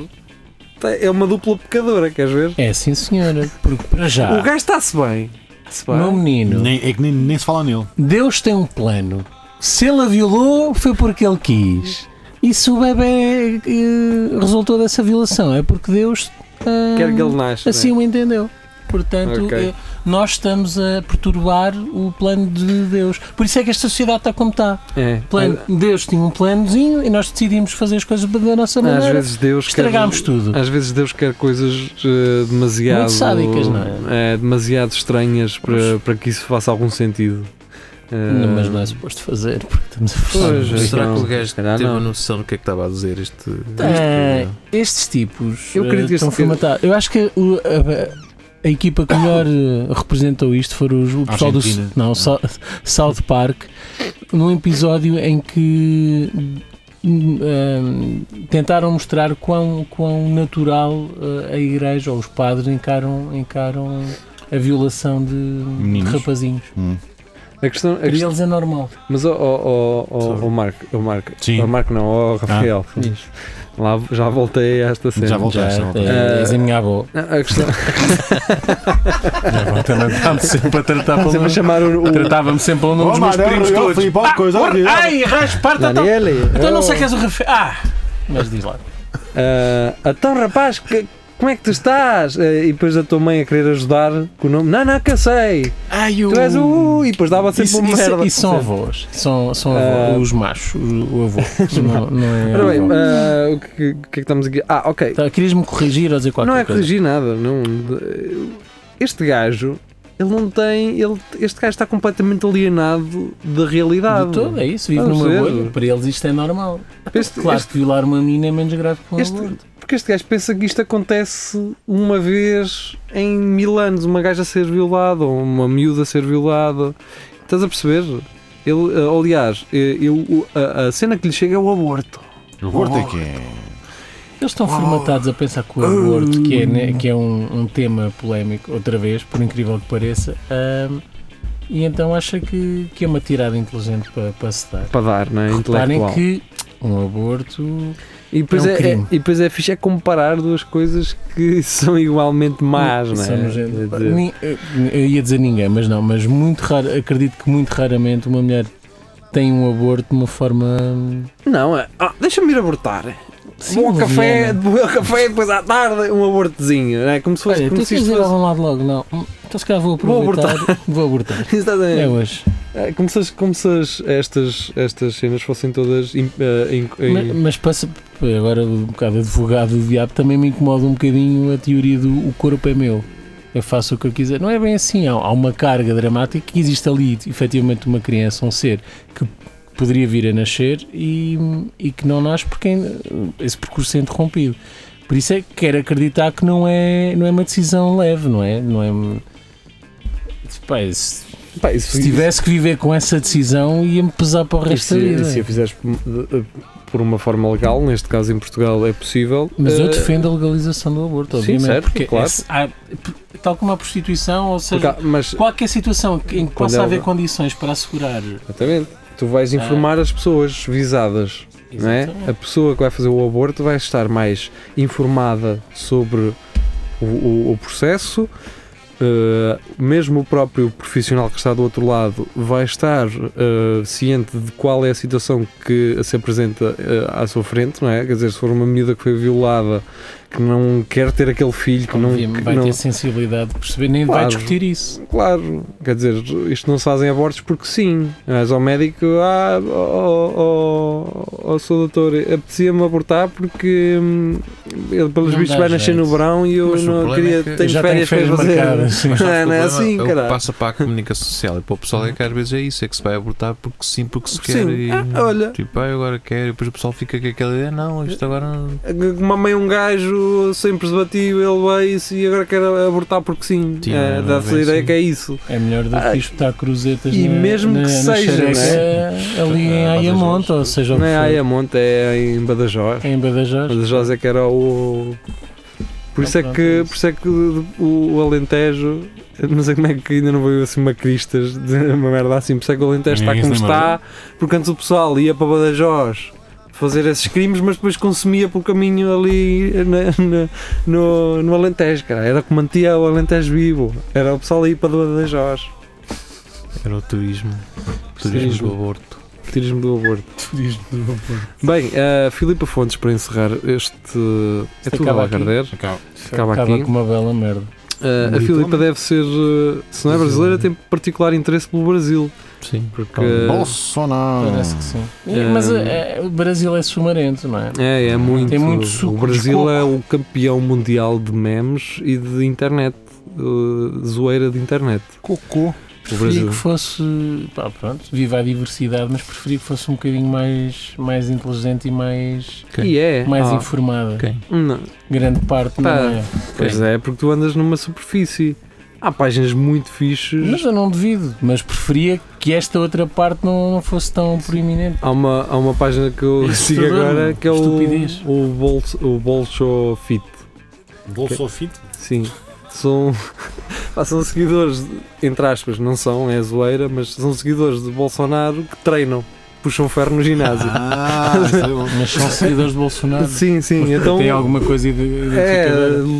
Speaker 1: tá- é uma dupla pecadora, queres ver?
Speaker 2: É sim senhora, porque para
Speaker 1: O
Speaker 2: já,
Speaker 1: gajo está-se bem. Está-se bem.
Speaker 2: meu menino,
Speaker 3: Nem, é que nem, nem se fala nele.
Speaker 2: Deus tem um plano. Se ele a violou, foi porque ele quis. E se o bebê eh, resultou dessa violação, é porque Deus ah,
Speaker 1: Quer que ele nasça.
Speaker 2: assim
Speaker 1: né?
Speaker 2: o entendeu. Portanto,
Speaker 1: Ok.
Speaker 2: eh, nós estamos a perturbar o plano de Deus. Por isso é que esta sociedade está como está.
Speaker 1: É.
Speaker 2: um Plano- Deus tinha um planozinho e nós decidimos fazer as coisas da nossa
Speaker 1: Às
Speaker 2: maneira.
Speaker 1: vezes Deus quer.
Speaker 2: Estragámos tudo.
Speaker 1: Às vezes Deus quer coisas eh, demasiado.
Speaker 2: Muito sádicas, não
Speaker 1: é? demasiado estranhas para, para que isso faça algum sentido. Eh,
Speaker 2: Não, mas não é suposto fazer, porque estamos a falar.
Speaker 1: Pois,
Speaker 2: de-
Speaker 4: Será
Speaker 1: Então,
Speaker 4: que o gajo
Speaker 1: calhar
Speaker 4: teve
Speaker 1: não.
Speaker 4: a noção do que é que estava a dizer este.
Speaker 2: Ah,
Speaker 4: este-
Speaker 2: estes tipos
Speaker 1: Eu
Speaker 2: eh,
Speaker 1: acredito que
Speaker 2: estão
Speaker 1: este tipo-
Speaker 2: formatados. Eu acho que o- a, a equipa que melhor eh, representou isto foram os, o pessoal
Speaker 3: Argentina.
Speaker 2: do não, o Sa- South Park, num episódio em que hum, hum, tentaram mostrar quão, quão natural eh, a igreja ou os padres encaram, encaram a violação de, de
Speaker 3: Meninos.
Speaker 2: rapazinhos.
Speaker 3: Hum.
Speaker 1: Eh, A questão, a
Speaker 2: Para
Speaker 1: questão-
Speaker 2: eles é normal.
Speaker 1: Mas o oh, oh, oh,
Speaker 4: Sobre.
Speaker 1: Marco, o Marco,
Speaker 3: Sim.
Speaker 1: o Marco não, o Rafael,
Speaker 2: Ah.
Speaker 1: lá, já voltei a esta cena.
Speaker 3: Já voltaste. Já, voltaste.
Speaker 1: Eh,
Speaker 2: És a minha <laughs> avó.
Speaker 1: Não, A questão,
Speaker 2: Estava sempre a tratar pelo
Speaker 1: é sempre a chamar o, o
Speaker 2: Tratava-me sempre
Speaker 1: Oh,
Speaker 2: pelo nome dos meus primos todos.
Speaker 3: ah, coisa
Speaker 2: Ora, ai, rasparta então.
Speaker 1: Daniele.
Speaker 2: Então não
Speaker 1: oh.
Speaker 2: sei que és o Rafael. Ah! Mas diz lá.
Speaker 1: Ah, então, rapaz, que- como é que tu estás? Ah, e depois a tua mãe a querer ajudar com o nome. Não, não, que eu sei.
Speaker 2: Ai,
Speaker 1: Tu és o. E depois dava sempre
Speaker 2: Uh, Isso,
Speaker 1: uma
Speaker 2: isso- é
Speaker 1: merda.
Speaker 2: isso são avós. São, são
Speaker 1: Ah.
Speaker 2: avós, os machos, o o
Speaker 1: <laughs>
Speaker 2: avô. não, não é
Speaker 1: Ora bem,
Speaker 2: avó.
Speaker 1: ah, o que, o que é que estamos aqui? Ah, ok.
Speaker 2: Tá, Querias-me corrigir ou dizer qualquer
Speaker 1: não é
Speaker 2: coisa?
Speaker 1: corrigir nada. Não, este gajo, ele não tem. Ele, este gajo está completamente alienado da realidade.
Speaker 2: De todo, é isso. Vive
Speaker 1: Vamos
Speaker 2: numa
Speaker 1: ver.
Speaker 2: bolha. Para eles isto é normal.
Speaker 1: Este-
Speaker 2: Claro
Speaker 1: este-
Speaker 2: que violar uma menina é menos grave que um
Speaker 1: este-
Speaker 2: aborto.
Speaker 1: Porque este gajo pensa que isto acontece uma vez em mil anos, uma gaja ser violada ou uma miúda ser violada. Estás a perceber? Ele, eh, aliás, eh, eu, o- a, a cena que lhe chega é o aborto.
Speaker 3: O gordo é que é.
Speaker 2: Eles estão formatados a pensar que o aborto, que é, né, que é um, um tema polémico, outra vez, por incrível que pareça, ahm, e então acha que, que é uma tirada inteligente para, para se dar.
Speaker 1: Para dar, não é?
Speaker 2: Reparem
Speaker 1: Intelectual.
Speaker 2: que um aborto.
Speaker 1: E depois
Speaker 2: é um
Speaker 1: é, é,
Speaker 2: crime.
Speaker 1: e depois é fixe é comparar duas coisas que <laughs> são igualmente más, não é?
Speaker 2: Isso é nojento.
Speaker 1: Quer dizer,
Speaker 2: Ni- eh, Eu ia dizer ninguém, mas não, mas muito raro, acredito que muito raramente uma mulher tem um aborto de uma forma.
Speaker 1: Não, é. Ah, deixa-me ir abortar.
Speaker 2: Sim,
Speaker 1: Bom café,
Speaker 2: leviana.
Speaker 1: <laughs> bom café, depois à tarde, um abortezinho, não é? Como se fosse.
Speaker 2: Olha, tu
Speaker 1: como se
Speaker 2: queres
Speaker 1: isto
Speaker 2: ir
Speaker 1: fosse...
Speaker 2: algum lado logo? Não. Hum, Então se calhar vou
Speaker 1: Vou
Speaker 2: aproveitar. Vou abortar.
Speaker 1: Exatamente.
Speaker 2: É hoje.
Speaker 1: <laughs> É, Como se, as- como se as- estas, estas cenas fossem todas. im- eh, in-
Speaker 2: Ma-
Speaker 1: in-
Speaker 2: Mas passa, pá, agora um bocado advogado do diabo também me incomoda um bocadinho a teoria do o corpo é meu. Eu faço o que eu quiser. Não é bem assim. Há, há uma carga dramática que existe ali, efetivamente, uma criança, um ser que poderia vir a nascer e, e que não nasce porque ainda- esse percurso é interrompido. Por isso é que quero acreditar que não é, não é uma decisão leve, não é? Não é Pá, se,
Speaker 1: Pá, isso-
Speaker 2: se tivesse que viver com essa decisão, ia-me pesar para o
Speaker 1: isso-
Speaker 2: resto da
Speaker 1: isso-
Speaker 2: vida. é.
Speaker 1: se a fizeres por- por uma forma legal, neste caso em Portugal é possível.
Speaker 2: Mas eu
Speaker 1: eh,
Speaker 2: defendo a legalização do aborto,
Speaker 1: Sim,
Speaker 2: obviamente.
Speaker 1: certo,
Speaker 2: porque
Speaker 1: claro.
Speaker 2: esse- há- Ah, p- tal como a prostituição, ou
Speaker 1: porque
Speaker 2: seja,
Speaker 1: há- mas,
Speaker 2: qualquer situação que- em que
Speaker 1: Quando é
Speaker 2: possa
Speaker 1: ela-
Speaker 2: haver condições para assegurar.
Speaker 1: exatamente, tu vais informar as pessoas visadas não é? A pessoa que vai fazer o aborto vai estar mais informada sobre o, o- o processo, eh, mesmo o próprio profissional que está do outro lado vai estar eh, ciente de qual é a situação que se apresenta eh, à sua frente, não é? Quer dizer, se for uma menina que foi violada, que não quer ter aquele filho, que não,
Speaker 2: Obviamente,
Speaker 1: que
Speaker 2: vai
Speaker 1: não-
Speaker 2: ter sensibilidade de perceber, nem vai
Speaker 1: Claro.
Speaker 2: discutir isso.
Speaker 1: Claro, quer dizer, isto não se fazem abortos porque sim. Mas ao médico, ah, oh, oh, oh, seu doutor, apetecia-me abortar porque hum, ele, pelos
Speaker 2: Não
Speaker 1: bichos,
Speaker 2: dá
Speaker 1: vai nascer
Speaker 2: jeito.
Speaker 1: no verão e eu
Speaker 4: Mas o
Speaker 1: não
Speaker 4: problema
Speaker 1: queria.
Speaker 4: é que
Speaker 2: Eu
Speaker 1: tenho
Speaker 2: já tenho
Speaker 1: férias
Speaker 2: férias
Speaker 1: para fazer.
Speaker 2: marcadas. sim.
Speaker 4: Mas sabe,
Speaker 1: <laughs> Não, não é
Speaker 4: o
Speaker 1: assim,
Speaker 4: problema é o
Speaker 1: caralho.
Speaker 4: que passa para a comunicação social e para o pessoal é que às vezes é isso, é que se vai abortar porque sim, porque se
Speaker 1: Porque
Speaker 4: quer.
Speaker 1: sim.
Speaker 4: E,
Speaker 1: Ah, olha.
Speaker 4: Tipo, ah, eu agora quero, e depois o pessoal fica com aquela ideia, não, isto agora não.
Speaker 1: Mamei um gajo sem preservativo, ele veio-se e agora quero abortar porque sim.
Speaker 4: Tinha,
Speaker 1: É,
Speaker 4: não
Speaker 1: Dá-se
Speaker 4: é
Speaker 1: a ideia
Speaker 4: assim.
Speaker 1: que é isso.
Speaker 2: É melhor do que
Speaker 1: Ai.
Speaker 2: disputar cruzetas
Speaker 1: E
Speaker 2: na,
Speaker 1: mesmo
Speaker 2: na,
Speaker 1: que
Speaker 2: na
Speaker 1: seja,
Speaker 2: xereca,
Speaker 4: né?
Speaker 2: ali em
Speaker 4: Ah,
Speaker 2: Aiamonte, ou seja,
Speaker 1: Não
Speaker 2: onde
Speaker 1: é
Speaker 2: for.
Speaker 1: Aiamonte, é em Badajoz.
Speaker 2: em Badajoz.
Speaker 1: Badajoz é que era o. Por isso, é
Speaker 2: Pronto,
Speaker 1: que,
Speaker 2: é isso.
Speaker 1: por isso é que o, o Alentejo, não sei como é que ainda não veio assim uma cristas, de uma merda assim, por isso é que o Alentejo está
Speaker 5: Ninguém
Speaker 1: como
Speaker 5: se lembra
Speaker 1: está, porque antes o pessoal ia para Badajoz fazer esses crimes, mas depois consumia pelo caminho ali na- na- no, no Alentejo, cara. Era o que mantia o Alentejo vivo, era o pessoal ir para Badajoz.
Speaker 4: Era o turismo.
Speaker 1: Turismo.
Speaker 4: do aborto.
Speaker 1: Turismo do aborto. Bem, a Filipa Fontes, para encerrar este. É tudo a
Speaker 2: Acaba aqui.
Speaker 1: Lagarder.
Speaker 5: Acaba.
Speaker 1: Acaba aqui.
Speaker 2: com uma bela merda.
Speaker 1: Uh, a
Speaker 3: Britânica.
Speaker 1: Filipa
Speaker 2: né?
Speaker 1: deve ser, uh, se não é brasileira, tem particular interesse pelo Brasil.
Speaker 4: Sim.
Speaker 1: Porque
Speaker 4: um
Speaker 3: Bolsonaro.
Speaker 2: Parece que sim. E-
Speaker 1: Ah.
Speaker 2: Mas eh, o Brasil é sumarento, não é?
Speaker 1: é, é muito.
Speaker 2: Tem muito
Speaker 1: o
Speaker 2: suco de
Speaker 1: Brasil
Speaker 2: coco.
Speaker 1: é o campeão mundial de memes e de internet. uh, zoeira de internet.
Speaker 3: Cocô.
Speaker 1: Brasil.
Speaker 2: Preferia que fosse. Pá, pronto, viva a diversidade, mas preferia que fosse um bocadinho mais, mais inteligente e mais,
Speaker 4: Quem?
Speaker 1: E é.
Speaker 2: mais
Speaker 1: Ah,
Speaker 2: informada.
Speaker 4: Quem?
Speaker 1: não.
Speaker 2: Grande parte
Speaker 1: Pá.
Speaker 2: não é.
Speaker 1: Pois é, porque tu andas numa superfície. Há páginas muito
Speaker 2: Mas
Speaker 1: fixes.
Speaker 2: eu não duvido, mas preferia que esta outra parte não, não fosse tão proeminente.
Speaker 1: Há uma, há uma página que eu
Speaker 2: É
Speaker 1: sigo
Speaker 2: assustador,
Speaker 1: agora
Speaker 2: mano.
Speaker 1: que é
Speaker 2: Estupidez.
Speaker 1: o, o, Bolso, o Bolso Fit.
Speaker 5: Bolsofit?
Speaker 1: Sim. São, <laughs> pá, são seguidores, de- entre aspas, não são, é zoeira, mas são seguidores de Bolsonaro que treinam, puxam ferro no ginásio.
Speaker 3: Ah,
Speaker 1: é
Speaker 2: Mas são seguidores de Bolsonaro.
Speaker 1: Sim, sim, então
Speaker 2: Tem alguma coisa de
Speaker 1: é,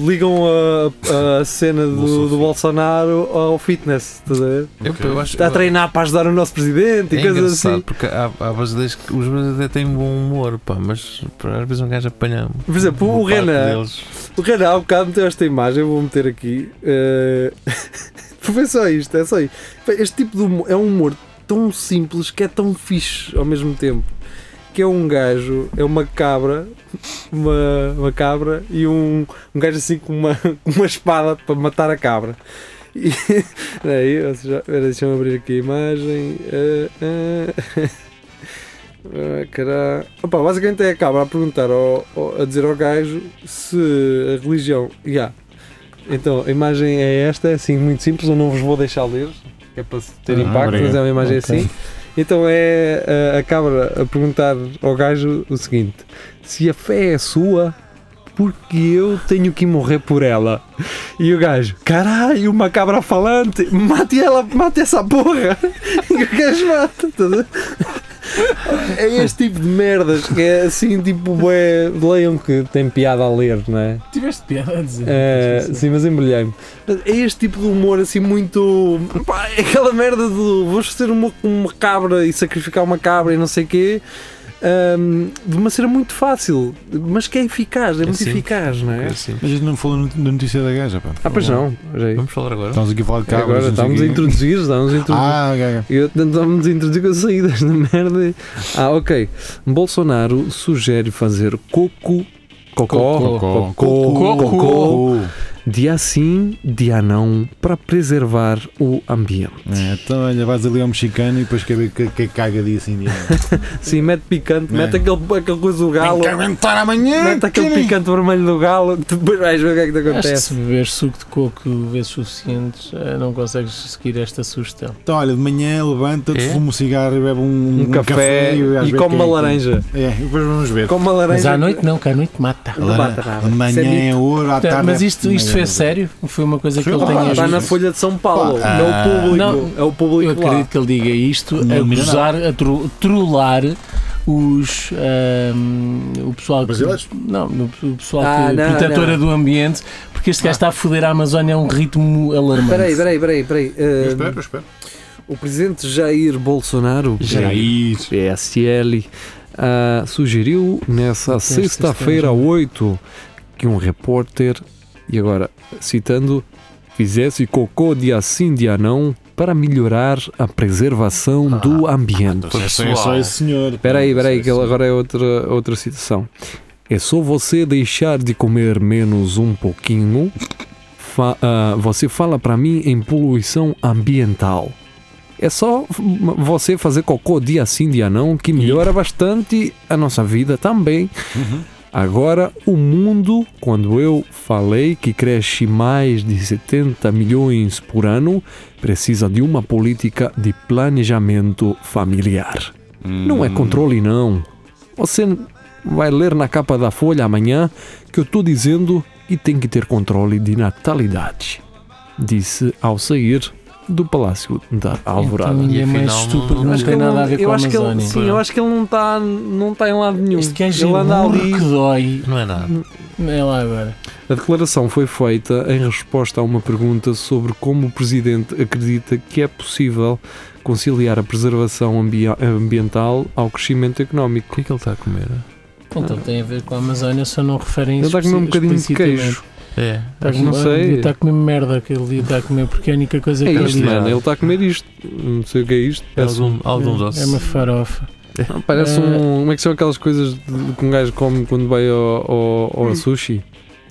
Speaker 1: ligam a, a cena do,
Speaker 5: Bolsonaro.
Speaker 1: do Bolsonaro ao fitness, estás a ver?
Speaker 4: Eu acho,
Speaker 1: Está a treinar para ajudar o nosso presidente
Speaker 4: É
Speaker 1: e coisas assim.
Speaker 4: engraçado porque há, há brasileiros que os brasileiros até têm bom humor, pá, mas pá, às vezes um gajo apanha.
Speaker 1: Por exemplo, o
Speaker 4: uma parte
Speaker 1: Renan.
Speaker 4: deles.
Speaker 1: O Renan, há um bocado meteu esta imagem, eu vou meter aqui. eh, <laughs> Foi só isto, é só isto. Foi Este tipo de humor é um humor tão simples que é tão fixe ao mesmo tempo. Que é um gajo, é uma cabra, uma, uma cabra e um, um gajo assim com uma, <laughs> com uma espada para matar a cabra. E, <laughs> aí, ou seja, espera, deixa-me abrir aqui a imagem. eh, eh. Ah, cará- Opa, basicamente é a cabra a perguntar ao- ao- a dizer ao gajo se a religião. Yeah. Então a imagem é esta, assim muito simples, eu não vos vou deixar ler, que é para se ter
Speaker 3: Ah,
Speaker 1: impacto, mas é uma imagem
Speaker 2: Ok.
Speaker 1: assim. Então é ah, a cabra a perguntar ao gajo o seguinte: se a fé é sua, porque eu tenho que morrer por ela. E o gajo, caralho, uma cabra falante, mate ela, mate essa porra. <laughs> E o gajo mata. estás a ver? É este tipo de merdas que é assim, tipo, bué, leiam que tem piada a ler, não é?
Speaker 2: Tiveste piada a dizer.
Speaker 1: É, sim, mas embrulhei-me. Mas É este tipo de humor assim muito. pá, é aquela merda do vou fazer uma, uma cabra e sacrificar uma cabra e não sei quê. hum, de uma cena muito fácil, mas que é eficaz, é,
Speaker 4: É
Speaker 1: muito
Speaker 4: simples.
Speaker 1: eficaz, não é?
Speaker 4: Assim.
Speaker 3: Mas a gente não falou no- da notícia da gaja, pá.
Speaker 1: Ah, pois não. olha aí.
Speaker 4: Vamos falar agora.
Speaker 3: Estamos aqui a falar de cabras.
Speaker 1: Agora
Speaker 3: não sei
Speaker 1: estamos a
Speaker 3: quê.
Speaker 1: introduzir, estamos a introduzir.
Speaker 3: Ah, gaga.
Speaker 1: Eu estamos a introduzir com as saídas da merda. Ah, ok. Bolsonaro sugere fazer coco. Cocó,
Speaker 2: Cocó.
Speaker 3: Cocó.
Speaker 1: Cocô.
Speaker 2: Cocô.
Speaker 1: dia sim, dia não, para preservar o ambiente.
Speaker 3: É, então, olha, vais ali ao mexicano e depois quer ver que, que caga dia assim dia.
Speaker 1: Sim, mete picante,
Speaker 3: É.
Speaker 1: mete aquele, aquele coisa do galo,
Speaker 3: aguentar amanhã!
Speaker 1: mete aquele picante vermelho do galo, depois vais ver o que é que te
Speaker 2: Acho que
Speaker 1: acontece.
Speaker 2: se beber suco de coco vezes suficientes, eh, não consegues seguir esta sugestão.
Speaker 3: Então, olha, de manhã levanta-te,
Speaker 4: É?
Speaker 3: fuma um cigarro e bebe um,
Speaker 1: Um, café,
Speaker 3: vais
Speaker 1: e
Speaker 3: ver
Speaker 1: come
Speaker 3: quem é
Speaker 1: uma
Speaker 3: que-
Speaker 1: laranja.
Speaker 3: É, e depois vamos ver.
Speaker 1: Come uma laranja.
Speaker 2: Mas à noite não, que à noite mata.
Speaker 1: Não bata nada. Isso é
Speaker 3: Amanhã é
Speaker 1: mito.
Speaker 3: ouro, à tarde.
Speaker 2: Tá, né? Mas
Speaker 3: é-
Speaker 2: isto, isto foi sério? Foi uma coisa que
Speaker 3: Foi,
Speaker 2: ele
Speaker 3: pá,
Speaker 2: tenha
Speaker 3: pá,
Speaker 1: Está
Speaker 3: ajuda.
Speaker 1: na
Speaker 2: visto?
Speaker 1: Folha de São Paulo,
Speaker 3: Pá,
Speaker 1: não é o público,
Speaker 2: não,
Speaker 1: é o
Speaker 2: Eu
Speaker 1: público lá.
Speaker 2: acredito que ele diga isto
Speaker 3: Não,
Speaker 2: a
Speaker 3: não.
Speaker 2: gozar, a tro- trollar os ahm, o pessoal que,
Speaker 5: Brasileiros?
Speaker 2: não, o pessoal
Speaker 6: Ah,
Speaker 2: que
Speaker 6: não,
Speaker 2: protetora
Speaker 6: não.
Speaker 2: do ambiente, porque este gajo está a foder a Amazónia a um ritmo alarmante.
Speaker 6: Peraí, peraí, peraí, peraí. Ah,
Speaker 5: Eu espero, eu espero.
Speaker 1: O presidente Jair Bolsonaro,
Speaker 3: Jair.
Speaker 1: PSL, ah, sugeriu nessa
Speaker 2: Detesto este
Speaker 1: sexta-feira
Speaker 2: gajo.
Speaker 1: 8 que um repórter, e agora citando, fizesse cocô de assim de anão para melhorar a preservação do
Speaker 3: Ah,
Speaker 1: ambiente.
Speaker 5: É só, é só esse senhor.
Speaker 1: Espera aí, espera aí, que
Speaker 5: Sim,
Speaker 1: ele
Speaker 5: sim.
Speaker 1: agora é outra, outra citação. É só você deixar de comer menos um pouquinho, fa- ah, você fala para mim em poluição ambiental. É só f- m- você fazer cocô dia sim, dia não, que melhora bastante a nossa vida também.
Speaker 5: Uhum.
Speaker 1: Agora, o mundo, quando eu falei que cresce mais de 70 milhões por ano, precisa de uma política de planejamento familiar. Não é controle, não. Você vai ler na capa da Folha amanhã que eu estou dizendo que tem que ter controle de natalidade. Disse ao sair do Palácio da Alvorada.
Speaker 2: Então, e é mais
Speaker 4: Afinal,
Speaker 2: estúpido,
Speaker 4: não-
Speaker 2: não
Speaker 4: Acho
Speaker 2: tem
Speaker 1: ele
Speaker 2: nada
Speaker 1: não-
Speaker 2: a ver
Speaker 1: eu
Speaker 2: com a
Speaker 1: acho que ele,
Speaker 2: Amazónia.
Speaker 1: Sim, eu acho que ele não está não tá em lado nenhum.
Speaker 2: Este gajo
Speaker 1: ele
Speaker 2: é
Speaker 1: anda
Speaker 2: burro
Speaker 1: ali.
Speaker 2: que dói.
Speaker 4: Não é nada.
Speaker 2: É lá agora.
Speaker 1: A declaração foi feita em resposta a uma pergunta sobre como o presidente acredita que é possível conciliar a preservação ambi- ambiental ao crescimento
Speaker 4: O
Speaker 1: económico.
Speaker 4: que é que
Speaker 2: tá
Speaker 4: ele está a comer?
Speaker 2: Então tem a ver com a Amazónia, só não referem
Speaker 1: Ele
Speaker 2: isso.
Speaker 1: está a comer um bocadinho de queijo.
Speaker 4: É.
Speaker 2: Está a
Speaker 1: Não
Speaker 2: comer-
Speaker 1: sei.
Speaker 2: Está tá a comer merda aquele dia, está a comer, porque é a única coisa
Speaker 1: É
Speaker 2: que
Speaker 1: isto,
Speaker 2: ele
Speaker 1: mano. Ele está a comer isto. Não sei o que é isto.
Speaker 4: É
Speaker 1: Parece,
Speaker 4: algum, algum doce. É.
Speaker 2: É uma farofa.
Speaker 1: Não, parece um. Como é que são aquelas coisas de- que um gajo come quando vai ao, ao, ao sushi?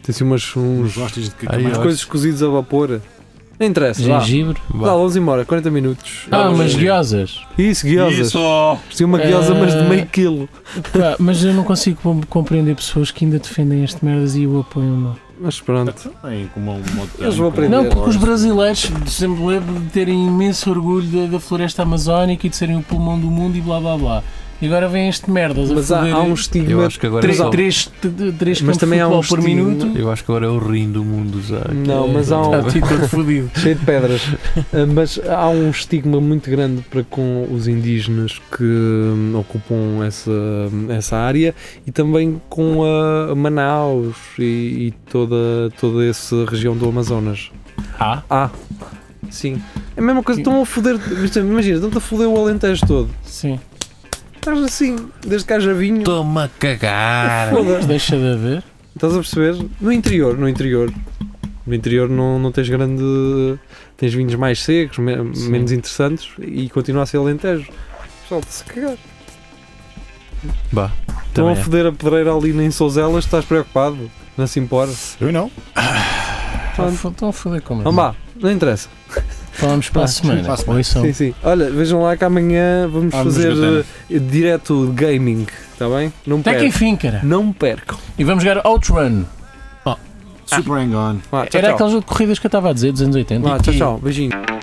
Speaker 1: Tem assim umas, uns,
Speaker 5: Uns gostas de que
Speaker 4: Aí,
Speaker 5: mais
Speaker 4: ó.
Speaker 1: coisas cozidas a vapor. Não interessa. vá.
Speaker 2: Gengibre.
Speaker 1: Vá, vamos embora. 40 minutos.
Speaker 2: Ah, umas
Speaker 5: gengibre.
Speaker 2: guiosas.
Speaker 1: Isso, guiosas.
Speaker 5: Isso!
Speaker 1: Sim, uma guiosa, mas de meio quilo.
Speaker 2: Pá, mas eu não consigo com- compreender pessoas que ainda defendem este merdas e o apoiam, não.
Speaker 1: Mas pronto.
Speaker 5: Ai, como um montão,
Speaker 1: Eles vão
Speaker 5: como-
Speaker 1: aprender.
Speaker 2: Não, porque os brasileiros sempre lembro de terem imenso orgulho da, da floresta amazónica e de serem o pulmão do mundo e blá blá blá. E agora vem este merdas
Speaker 1: Mas
Speaker 2: a
Speaker 1: há,
Speaker 2: foder
Speaker 1: há um
Speaker 4: Eu
Speaker 1: estigma.
Speaker 4: acho que agora é
Speaker 2: três,
Speaker 4: só-
Speaker 2: três, t- t- três
Speaker 1: Mas
Speaker 2: campos de
Speaker 1: também há um
Speaker 2: futebol por
Speaker 1: estigma-
Speaker 2: minuto.
Speaker 4: Eu acho que agora é o rim do mundo já.
Speaker 1: Não, mas há um.
Speaker 2: Está todo fodido.
Speaker 1: cheio de <laughs> pedras. Ah, Mas há um estigma muito grande para com os indígenas que hum, ocupam essa, essa área e também com a Manaus e, e toda, toda essa região do Amazonas.
Speaker 2: Ah,
Speaker 1: Ah, sim. É a mesma coisa, estão a foder. é, Imagina, estão-te a foder o Alentejo todo.
Speaker 2: sim.
Speaker 1: Estás assim, desde que haja vinho.
Speaker 4: Toma a cagar!
Speaker 2: Mas deixa de haver.
Speaker 1: Estás a perceber? No interior, no interior. No interior não, não tens grande. Tens vinhos mais secos, me-
Speaker 2: Sim.
Speaker 1: menos interessantes e continua a ser alentejo. Pessoal, está-se a cagar.
Speaker 4: Bah,
Speaker 1: Estão
Speaker 4: também
Speaker 1: a
Speaker 4: é.
Speaker 1: foder a pedreira ali em Souzelas, estás preocupado? Não se importa.
Speaker 3: Eu não.
Speaker 2: Estão a fo- estão a foder como
Speaker 1: Não vá, não interessa.
Speaker 2: Falamos para a semana.
Speaker 4: Então.
Speaker 2: Ouçam.
Speaker 1: Sim, sim. Olha, vejam lá que amanhã vamos
Speaker 5: Ah, nos
Speaker 1: fazer
Speaker 5: Gatana.
Speaker 1: eh, direto de gaming, está bem? Não
Speaker 2: Até que
Speaker 1: percam.
Speaker 2: enfim, cara.
Speaker 1: Não percam.
Speaker 2: E vamos jogar Outrun.
Speaker 5: Super Hang On.
Speaker 1: Vá, tchau,
Speaker 2: Era
Speaker 1: tchau.
Speaker 2: aquele jogo de corridas que eu estava a dizer, 280.
Speaker 1: Vá, tchau, tchau. Beijinho.